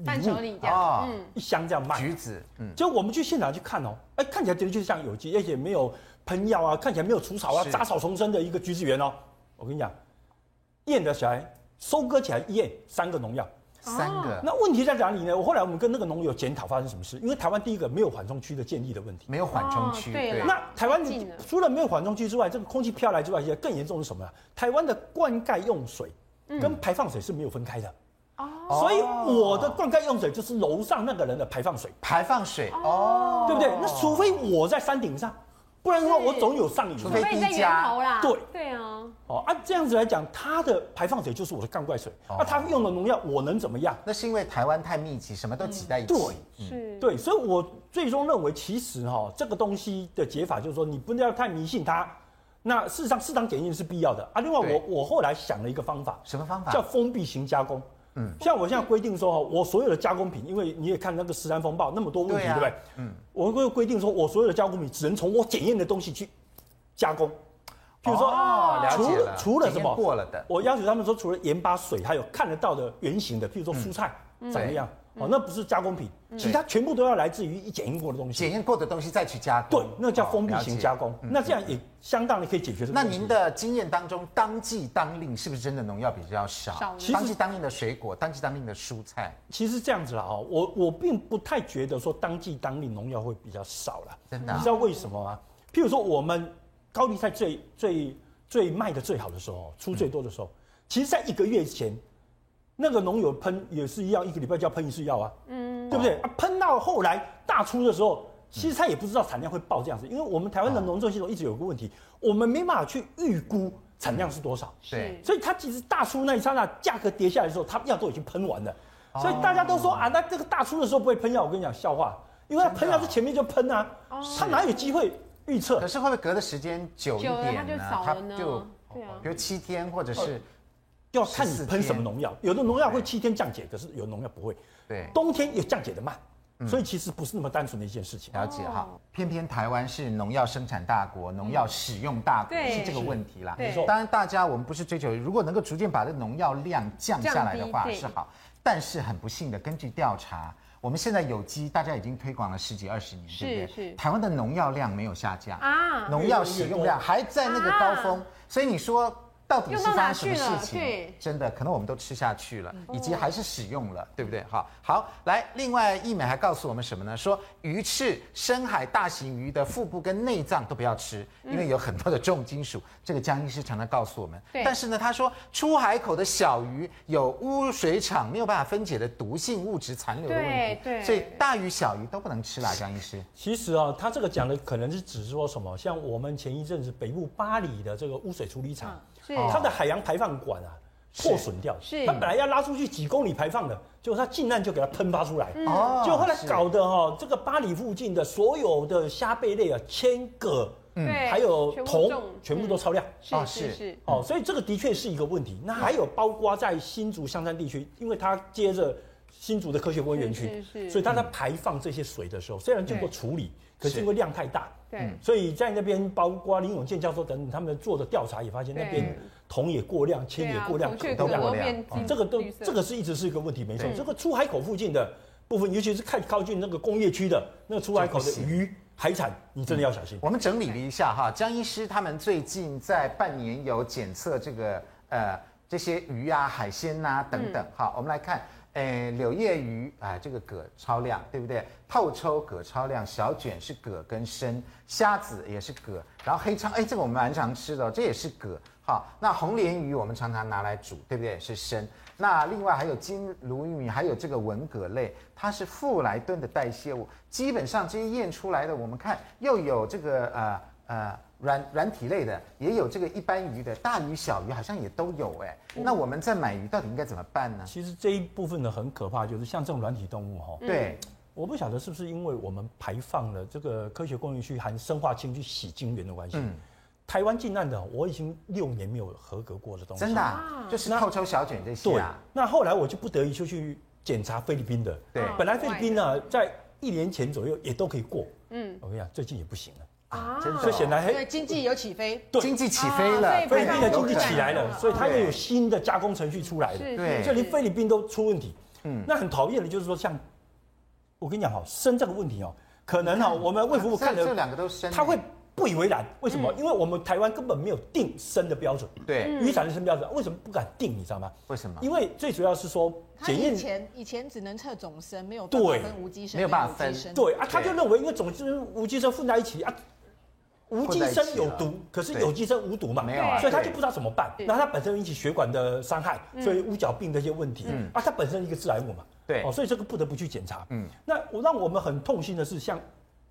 Speaker 2: 伴
Speaker 6: 礼
Speaker 2: 手
Speaker 6: 物，
Speaker 2: 礼这
Speaker 1: 哦
Speaker 2: 样，嗯，
Speaker 6: 一箱这样卖。
Speaker 1: 橘子，嗯，
Speaker 6: 就我们去现场去看哦，哎，看起来的确像有机，而且没有喷药啊，看起来没有除草啊
Speaker 1: 是，
Speaker 6: 杂草丛生的一个橘子园哦。我跟你讲，验的起来，收割起来一验三个农药。
Speaker 1: 三个
Speaker 6: 哦那问题在哪里呢？我后来我们跟那个农友检讨发生什么事，因为台湾第一个没有缓冲区的建立的问题。
Speaker 1: 没有缓冲区，
Speaker 2: 哦对啦
Speaker 6: 那台湾
Speaker 2: 近了
Speaker 6: 除了没有缓冲区之外，这个空气飘来之外，现在更严重是什么呢？台湾的灌溉用水跟排放水是没有分开的，所以我的灌溉用水就是楼上那个人的排放水。
Speaker 1: 排放水哦，
Speaker 6: 对不对？那除非我在山顶上，不然的话
Speaker 2: 是
Speaker 6: 我总有上瘾
Speaker 1: 除
Speaker 6: 嘛。
Speaker 1: 非
Speaker 2: 所以
Speaker 1: 低
Speaker 2: 在源
Speaker 1: 价
Speaker 2: 头啦，
Speaker 6: 对
Speaker 2: 对啊，
Speaker 6: 哦啊，这样子来讲，它的排放水就是我的灌溉水，那、它用的农药我能怎么样？
Speaker 1: 那是因为台湾太密集，什么都挤在一起，
Speaker 6: 嗯对
Speaker 2: 是，
Speaker 6: 对，所以我最终认为，其实哈、这个东西的解法就是说，你不要太迷信它。那事实上，适当检验是必要的啊。另外
Speaker 1: 对
Speaker 6: 我，我后来想了一个方法，
Speaker 1: 什么方法
Speaker 6: 叫封闭型加工。嗯，像我现在规定说哦，我所有的加工品，因为你也看那个食安风暴那么多问
Speaker 1: 对
Speaker 6: 题，对,、
Speaker 1: 啊
Speaker 6: 不对？嗯，我会规定说，我所有的加工品只能从我检验的东西去加工。譬如说，
Speaker 1: 哦了解
Speaker 6: 除
Speaker 1: 了
Speaker 6: 了除了什
Speaker 1: 检
Speaker 6: 么
Speaker 1: 验过了的嗯
Speaker 6: 我要求他们说，除了盐巴水，还有看得到的圆形的，譬如说蔬菜长怎么样？哦，那不是加工品，其他全部都要来自于检验过的东西。
Speaker 1: 检验过的东西再去加工，哦
Speaker 6: 对，那叫封闭型加工。那这样也相当的可以解决
Speaker 1: 嗯
Speaker 6: 这个
Speaker 1: 那
Speaker 6: 问题。
Speaker 1: 您的经验当中，当季当令是不是真的农药比较
Speaker 7: 少
Speaker 1: 少？
Speaker 6: 其实
Speaker 1: 当季当令的水果，当季当令的蔬菜，
Speaker 6: 其实这样子啦，哈，我我并不太觉得说当季当令农药会比较少啦。
Speaker 1: 真的啊
Speaker 6: 你知道为什么吗？譬如说我们高丽菜最最最卖的最好的时候，出最多的时候，其实在一个月前，那个农友喷也是一样，一个礼拜就要喷一次药啊，嗯，对不对？啊，喷到后来大出的时候。其实它也不知道产量会爆这样子，因为我们台
Speaker 1: 啊
Speaker 6: 湾的农政系统一直有个问题，我们没办法去预估产量是多少。
Speaker 1: 对，
Speaker 6: 所以它其实大出那一刹那价格跌下来的时候，它药都已经喷完了，
Speaker 1: 哦
Speaker 6: 所以大家都说啊，那这个大出的时候不会喷药，我跟你讲笑话，因为它喷药是前面就喷啊，它哪有机会预测
Speaker 1: 可？哦是会不会隔的时间久一
Speaker 2: 久了它
Speaker 1: 点
Speaker 2: 就
Speaker 1: 呢？
Speaker 2: 少了呢
Speaker 1: 就
Speaker 2: 对啊
Speaker 1: 比如七天或者
Speaker 6: 哦
Speaker 1: 是
Speaker 6: 就要看你
Speaker 1: 14
Speaker 6: 喷什么
Speaker 1: 天
Speaker 6: 农药，有的农药会七天降解，可是有的农药不会，
Speaker 1: 对。嗯
Speaker 6: 冬天也降解的慢，所以其实不是那么单纯的一件事情。
Speaker 1: 了解哈，
Speaker 2: 哦
Speaker 1: 偏偏台湾是农药生产大国，农药使用大国、
Speaker 2: 嗯对
Speaker 1: 是这个问题啦。
Speaker 2: 是没
Speaker 6: 错
Speaker 1: 当然大家我们不是追求，如果能够逐渐把这农药量降下来的
Speaker 2: 降
Speaker 1: 话
Speaker 2: 低对
Speaker 1: 是好，但是很不幸的，根据调查，我们现在有机大家已经推广了十几二十年，对不对？
Speaker 2: 是
Speaker 1: 台湾的农药量没有下降
Speaker 2: 啊
Speaker 1: 农药使用量还在那个高峰，所以你说。到底是发生
Speaker 2: 用
Speaker 1: 什么
Speaker 2: 到
Speaker 1: 事
Speaker 2: 哪去
Speaker 1: 情？
Speaker 2: 了对
Speaker 1: 真的，可能我们都吃下去了，
Speaker 2: 嗯
Speaker 1: 以及还是使用
Speaker 2: 哦
Speaker 1: 了，对不对？好，好，来，另外医美还告诉我们什么呢？说鱼翅、深海大型鱼的腹部跟内脏都不要吃，
Speaker 2: 嗯
Speaker 1: 因为有很多的重金属。 这个江医师常常告诉我们。
Speaker 2: 对
Speaker 1: 但是呢，他说出海口的小鱼有污水厂没有办法分解的毒性物质残留的问题，
Speaker 2: 对对
Speaker 1: 所以大鱼小鱼都不能吃啦，江医师。
Speaker 6: 其实啊，他这个讲的可能是指说什么，像我们前一阵子北部巴黎的这个污水处理厂，
Speaker 2: 嗯是
Speaker 6: 它的海洋排放管啊破损掉，
Speaker 2: 是
Speaker 6: 它本来要拉出去几公里排放的，结果它竟然就给它喷发出来，
Speaker 2: 嗯
Speaker 1: 哦
Speaker 6: 就后来
Speaker 1: 是
Speaker 6: 搞得哈、这个巴黎附近的所有的虾贝类啊，千个，
Speaker 2: 对
Speaker 6: 还有
Speaker 2: 全部嗯
Speaker 6: 铜
Speaker 2: 中，
Speaker 6: 全部都超量。
Speaker 2: 是是
Speaker 1: 哦是
Speaker 2: 是，
Speaker 6: 哦，所以这个的确是一个问题。那还有包括在新竹香山地区，因为它接着新竹的科学工业园
Speaker 2: 是，
Speaker 6: 区
Speaker 2: 是是
Speaker 6: 所以它在排放这些水的时候，虽然经过
Speaker 2: 对
Speaker 6: 处理，可是
Speaker 1: 是
Speaker 6: 因为量太大，嗯
Speaker 2: 对，
Speaker 6: 所以在那边包括林永健教授等等他们做的调查也发现，
Speaker 2: 对
Speaker 6: 那边铜也过量，
Speaker 2: 对
Speaker 6: 铅也
Speaker 2: 啊，
Speaker 6: 过量，啊哦
Speaker 2: 孔雀
Speaker 1: 都
Speaker 2: 可
Speaker 1: 不
Speaker 2: 能
Speaker 1: 过量
Speaker 2: 变金
Speaker 6: 这个都
Speaker 2: 绿色
Speaker 6: 这个是一直是一个问题，没错
Speaker 1: 对。
Speaker 6: 这个出海口附近的部分，尤其是看靠近那个工业区的那个出海口
Speaker 1: 就
Speaker 6: 的
Speaker 1: 不行
Speaker 6: 鱼海产，你真的要小心。
Speaker 1: 我们整理了一下哈，江医师他们最近在半年有检测这个呃这些鱼啊、海鲜呐、等
Speaker 6: 嗯
Speaker 1: 等。好，我们来看，呃，柳叶鱼啊、这个蛤超量，对不对？透抽蛤超量，小卷是蛤跟参，虾子也是蛤，然后黑鲳，哎，这个我们蛮常吃的、哦，这也是蛤。好，那红鲢鱼我们常常拿来煮，对不对？是参。那另外还有金鲈鱼，还有这个文蛤类，它是富莱顿的代谢物。基本上这些验出来的，我们看又有这个呃呃软软体类的，也有这个一般鱼的，大鱼小鱼好像也都有哎。
Speaker 6: 嗯
Speaker 1: 那我们在买鱼到底应该怎么办呢？
Speaker 6: 其实这一部分呢很可怕，就是像这种软体动物哈、
Speaker 1: 对，
Speaker 6: 我不晓得是不是因为我们排放了这个科学工业区含生化氢去洗晶圆的关系，
Speaker 1: 嗯
Speaker 6: 台湾近岸的我已经六年没有合格过的东西，
Speaker 1: 真的啊、就是
Speaker 6: 那
Speaker 1: 透抽小卷这些
Speaker 6: 对
Speaker 1: 啊。，
Speaker 6: 那后来我就不得已就去检查菲律宾的。
Speaker 1: 对
Speaker 6: 本来菲律宾呢，在一年前左右也都可以过。
Speaker 2: 嗯
Speaker 6: 嗯，我跟你讲，最近也不行了。
Speaker 2: 啊
Speaker 1: 真的哦
Speaker 6: 所以显然，
Speaker 7: 对
Speaker 6: 嘿，
Speaker 7: 经济有起飞，
Speaker 6: 对
Speaker 1: 经济起飞了，
Speaker 2: 啊所以
Speaker 6: 菲律宾的经济起来
Speaker 1: 有可
Speaker 6: 了，
Speaker 1: 能
Speaker 6: 所以它又有新的加工程序出来了。
Speaker 2: 是
Speaker 1: 对
Speaker 2: 是，
Speaker 6: 所以
Speaker 2: 是
Speaker 6: 连菲律宾都出问题。嗯，那很讨厌的就是说，像我跟你讲哈，生这个问题哦，可能哈，我们卫福部看
Speaker 1: 这这
Speaker 6: 了，
Speaker 1: 两个都深，
Speaker 6: 他会不以为然。为什么？
Speaker 7: 嗯
Speaker 6: 因为我们台湾根本没有定生的标准，
Speaker 1: 对，
Speaker 6: 渔产的生标准，为什么不敢定？你知道吗？
Speaker 1: 为什么？
Speaker 6: 因为最主要是说
Speaker 7: 他
Speaker 6: 检验
Speaker 7: 以前以前只能测总生，没有办法
Speaker 6: 对
Speaker 7: 分无机生，
Speaker 1: 没有办法分
Speaker 7: 有机生
Speaker 6: 对啊，他
Speaker 1: 对
Speaker 6: 就认为因为总之无机生混在一起啊，无机生有毒，可是
Speaker 1: 对
Speaker 6: 有机生无毒嘛，
Speaker 1: 没有啊
Speaker 6: 所以他
Speaker 1: 对嗯
Speaker 6: 就不知道怎么办。然后他本身引起血管的伤害，所以乌角病的一些问题啊，它本身一个致癌物嘛，
Speaker 1: 对
Speaker 6: 哦，所以这个不得不去检查。
Speaker 1: 嗯
Speaker 6: 嗯，那我让我们很痛心的是像。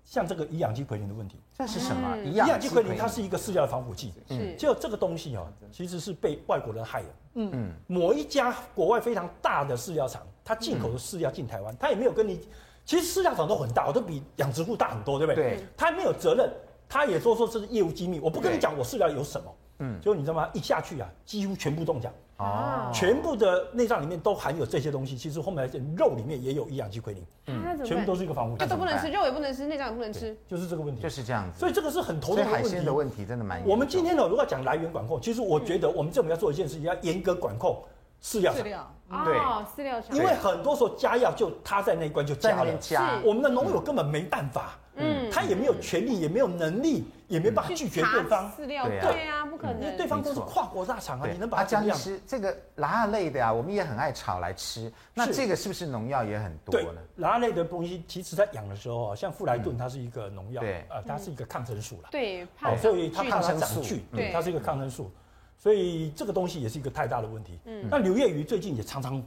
Speaker 6: 像这个乙氧基奎宁的问题，
Speaker 1: 这是什么？一
Speaker 6: 乙
Speaker 1: 样
Speaker 6: 氧基奎宁它是一个饲料的防腐剂，
Speaker 2: 是
Speaker 6: 就这个东西哦，其实是被外国人害的。嗯，某一家国外非常大的饲料厂，它进口的饲料进台湾，它也没有跟你，其实饲料厂都很大，都比养殖户大很多，对不对？
Speaker 1: 对，
Speaker 6: 它没有责任，它也说说这是业务机密，我不跟你
Speaker 1: 对
Speaker 6: 讲我饲料有什么。嗯，就你知道吗？一下去啊，几乎全部中奖，
Speaker 1: 哦，
Speaker 6: 全部的内脏里面都含有这些东西。其实后面来讲，肉里面也有乙氧基奎宁，
Speaker 1: 嗯
Speaker 2: 那怎
Speaker 6: 全
Speaker 2: 么
Speaker 6: 部都
Speaker 2: 办？
Speaker 6: 是一个防腐剂
Speaker 2: 那，都不能吃，肉也不能吃，内脏也不能吃，
Speaker 6: 就是这个问题
Speaker 1: 就。是这样子。
Speaker 6: 所以这个是很头
Speaker 1: 所以
Speaker 6: 痛的
Speaker 1: 海
Speaker 6: 问
Speaker 1: 鲜的
Speaker 6: 题。
Speaker 1: 问题真的蛮严重。
Speaker 6: 我们今天呢，如果讲来源管控，其实我觉得我们政府要做一件事情，要严格管控饲料厂
Speaker 7: 饲，料，
Speaker 1: 对
Speaker 2: 哦，饲料厂
Speaker 6: 因，为很多时候加药就他在那一关就
Speaker 1: 在
Speaker 6: 加
Speaker 1: 那
Speaker 6: 了
Speaker 1: 边，加
Speaker 2: 是，
Speaker 6: 我们的农友根本没办法，
Speaker 2: 嗯，
Speaker 6: 他也没有权利，也没有能力，也没办法拒
Speaker 7: 去
Speaker 6: 绝
Speaker 7: 查
Speaker 6: 对方，
Speaker 7: 饲料，
Speaker 1: 对啊
Speaker 7: 对
Speaker 2: 对啊，不可
Speaker 6: 因为
Speaker 2: 能，
Speaker 6: 对方都是
Speaker 1: 没错
Speaker 6: 跨国大厂啊，
Speaker 1: 对
Speaker 6: 你能把
Speaker 1: 啊，
Speaker 6: 它
Speaker 1: 江
Speaker 6: 怎么
Speaker 1: 医
Speaker 6: 样？
Speaker 1: 师，这个辣类的啊，我们也很爱炒来吃。那
Speaker 6: 是
Speaker 1: 这个是不是农药也很多
Speaker 6: 对
Speaker 1: 呢？，
Speaker 6: 拿类的东西，其实在养的时候啊，像富莱顿它是一个农药，
Speaker 1: 对
Speaker 6: 呃，它是一个抗生素啦，
Speaker 2: 对，
Speaker 6: 哦
Speaker 2: 怕，啊
Speaker 6: 所以它
Speaker 1: 菌抗
Speaker 6: 抗生
Speaker 1: 生
Speaker 6: 长
Speaker 1: 素
Speaker 6: 菌，
Speaker 1: 嗯
Speaker 6: 对，它是一个抗生素，所以这个东西也是一个太大的问题。嗯，那柳叶鱼最近也常常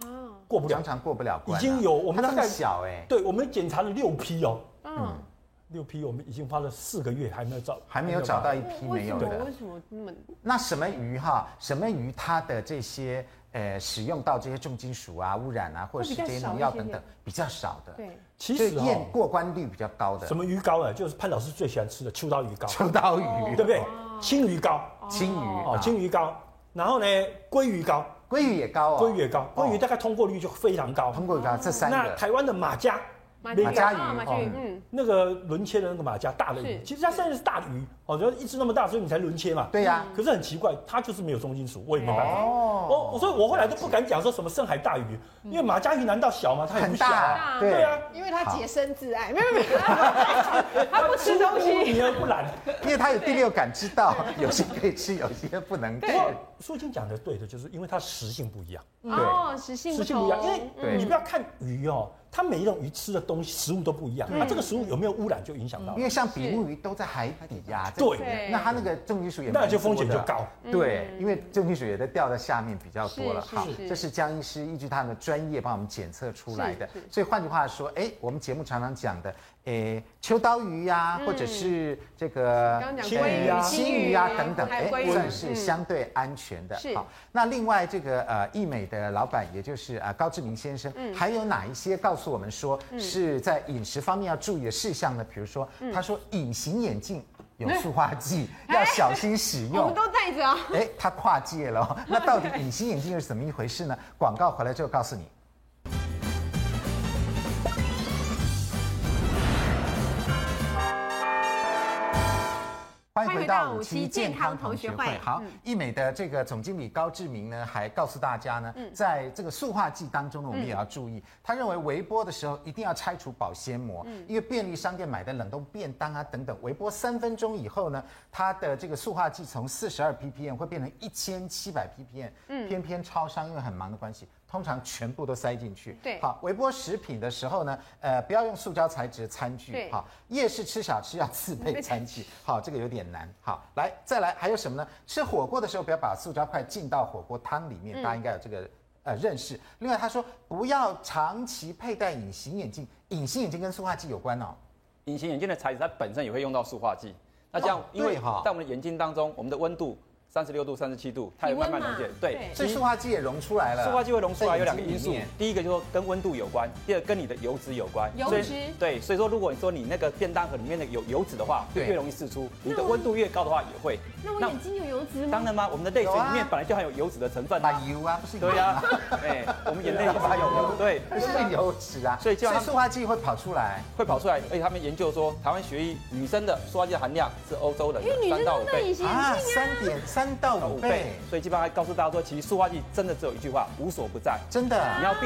Speaker 2: 啊，
Speaker 6: 过不了
Speaker 1: 常，常过不了关啊、
Speaker 6: 已经有我们
Speaker 1: 它
Speaker 6: 大
Speaker 1: 这么
Speaker 6: 概
Speaker 1: 小哎、
Speaker 6: 对我们检查了六批哦，
Speaker 2: 嗯，
Speaker 6: 六批我们已经花了四个月还没有找，
Speaker 1: 还没有找到一批
Speaker 2: 为
Speaker 1: 没
Speaker 2: 什
Speaker 1: 有
Speaker 2: 么
Speaker 1: 的
Speaker 2: 为。什么那么
Speaker 1: 那什么鱼哈？什么鱼它的这些呃使用到这些重金属啊、污染啊，或者是
Speaker 2: 会比较
Speaker 1: 这些
Speaker 2: 少
Speaker 1: 农
Speaker 2: 一
Speaker 1: 药
Speaker 2: 些
Speaker 1: 等
Speaker 2: 些
Speaker 1: 等比较少的，
Speaker 2: 对？
Speaker 6: 其
Speaker 1: 就
Speaker 6: 实哈、
Speaker 1: 验过关率比较高的
Speaker 6: 什。么鱼膏啊，就是潘老师最喜欢吃的秋刀鱼膏，
Speaker 1: 秋刀鱼、啊
Speaker 6: 对不对？
Speaker 2: 哦
Speaker 6: 青鱼膏
Speaker 1: 青鱼
Speaker 6: 哦，青鱼膏，然后呢，鲑鱼膏，
Speaker 1: 鲑鱼也高哦，
Speaker 6: 鲑鱼也高，鲑鱼
Speaker 1: 的
Speaker 6: 大概通过率就非常高。
Speaker 1: 通过高这三
Speaker 6: 那
Speaker 1: 个，啊
Speaker 6: 台湾的马家，
Speaker 2: 马
Speaker 1: 马家鱼
Speaker 2: 啊马家鱼，嗯，
Speaker 6: 那个轮切的那个马家大的鱼
Speaker 2: 是，嗯
Speaker 6: 其实它现在是大的鱼，哦，就一只那么大，所以你才轮切嘛。
Speaker 1: 对呀、
Speaker 6: 可是很奇怪，它就是没有重金属，我也没办法。
Speaker 1: 哦
Speaker 6: 嗯哦，所以我后来都不敢讲说什么深海大鱼，
Speaker 2: 嗯
Speaker 6: 因为马家鱼难道小吗？它也
Speaker 1: 很
Speaker 6: 不小啊。
Speaker 1: 大，
Speaker 6: 对啊，
Speaker 7: 因为它洁身自爱，没有没有，
Speaker 2: 他不吃东
Speaker 6: 无
Speaker 2: 西，
Speaker 6: 泥而不染。
Speaker 1: 因为它有第六感知道， 有些可以吃，有些不能吃
Speaker 6: 不。过苏青讲的对的，就是因为它食性不一样，
Speaker 2: 哦，食性
Speaker 6: 食
Speaker 2: 不
Speaker 6: 性不一样，因
Speaker 2: 同，嗯
Speaker 1: 对
Speaker 6: 为你不要看鱼哦，它每一种鱼吃的东西食物都不
Speaker 2: 嗯
Speaker 6: 一样，啊它这个食物有没有污染就影响到
Speaker 1: 因。为像比目鱼都在海底呀、这
Speaker 6: 对
Speaker 2: 对
Speaker 1: 那它那个重金属也
Speaker 6: 那
Speaker 1: 蛮多
Speaker 6: 就风险
Speaker 1: 的啊
Speaker 6: 就高。
Speaker 1: 对，因为重金属也在掉在下面比较多了。
Speaker 2: 嗯是
Speaker 1: 好
Speaker 2: 是，是
Speaker 1: 这是江医师依据他们的专业帮我们检测出来的
Speaker 2: 是是。
Speaker 1: 所以换句话说，哎，我们节目常常讲的，哎，秋刀鱼呀，或者是这个
Speaker 2: 嗯刚刚讲
Speaker 1: 青
Speaker 6: 鲑鱼啊
Speaker 1: 青
Speaker 2: 青
Speaker 1: 鱼
Speaker 2: 鱼
Speaker 1: 呀
Speaker 2: 啊
Speaker 1: 等等，
Speaker 2: 还
Speaker 1: 哎
Speaker 2: 有鲑，鱼嗯
Speaker 1: 算是相对安全的。
Speaker 2: 是
Speaker 1: 好，那另外这个呃，益美的老板，也就是啊高志明先生，
Speaker 2: 嗯
Speaker 1: 还有哪一些告诉我们说是在饮食方面要注意的事项呢？比如说，他说隐形眼镜有塑化剂，要小心使
Speaker 2: 我
Speaker 1: 用
Speaker 2: 们。都带着啊。
Speaker 1: 哎，他跨界了 哦。那到底隐形眼镜又是怎么一回事呢？广告回来之后告诉你。欢迎回到五期健康同学会。好，
Speaker 2: 嗯
Speaker 1: 益美的这个总经理高志明呢，还告诉大家呢，
Speaker 2: 嗯
Speaker 1: 在这个塑化剂当中呢，我们也要注意。他认为微波的时候一定要拆除保鲜膜，
Speaker 2: 嗯
Speaker 1: 因为便利商店买的冷冻便当啊等等，微波三分钟以后呢，它的这个塑化剂从四十二 ppm 会变成一千七百 ppm。偏
Speaker 2: 嗯
Speaker 1: 偏超商因为很忙的关系，通常全部都塞进去。
Speaker 2: 对
Speaker 1: 好，微波食品的时候呢，呃，不要用塑胶材质的餐具。
Speaker 2: 对
Speaker 1: 好，夜市吃小吃要自 备餐具。好，这个有点难。好，来再来还有什么呢？吃火锅的时候不要把塑胶块浸到火锅汤里
Speaker 3: 嗯
Speaker 1: 面，大家应该有这个。呃，认识。另外，他说不要长期佩戴隐形眼镜，隐形眼镜跟塑化剂有关哦。
Speaker 3: 隐形眼镜的材质它本身也会用到塑化剂。那这样
Speaker 1: 哦，
Speaker 3: 因为
Speaker 1: 对哈
Speaker 3: 在我们的眼镜当中，我们的温度三十六度、三十七度，它也慢慢溶解
Speaker 2: 体温嘛。
Speaker 3: 对，
Speaker 1: 所以塑化剂也溶出来了。
Speaker 3: 塑化剂会溶出来有两个因
Speaker 1: 在眼睛
Speaker 3: 素
Speaker 1: 里面，
Speaker 3: 第一个就是说跟温度有关，第二个跟你的油脂有关。
Speaker 2: 油
Speaker 3: 所以
Speaker 2: 脂
Speaker 3: 对，所以说如果你说你那个便当盒里面的有油脂的话，就
Speaker 1: 对
Speaker 3: 越容易释出。你
Speaker 2: 那
Speaker 3: 的
Speaker 2: 我
Speaker 3: 温度越高的话也会。
Speaker 2: 那我眼睛有油脂吗
Speaker 3: 当？然吗？我们的泪水
Speaker 1: 有啊
Speaker 3: 里面本来就含有油脂的成分
Speaker 1: 把
Speaker 3: 啊。
Speaker 1: 油啊，不啊是油
Speaker 3: 对
Speaker 1: 啊
Speaker 3: 呀，，哎，我们眼泪也是含有油，对，
Speaker 1: 不是油脂啊，
Speaker 3: 所以就让他们
Speaker 1: 塑化剂会跑出来。
Speaker 3: 会跑出来。而且他们研究说，台湾学医女生的塑化剂的含量是欧洲人
Speaker 2: 因为
Speaker 3: 的
Speaker 2: 哎女
Speaker 3: 三
Speaker 2: 生
Speaker 3: 到
Speaker 2: 都戴
Speaker 3: 五倍
Speaker 2: 隐。形
Speaker 1: 啊，
Speaker 2: 眼镜
Speaker 1: 三
Speaker 2: 啊。
Speaker 1: 点三到
Speaker 3: 到
Speaker 1: 哦五
Speaker 3: 五
Speaker 1: 倍
Speaker 3: 倍，，所以基本上告诉大家说，其实塑化剂真的只有一句话，无所不在。
Speaker 1: 真的。
Speaker 3: 你要避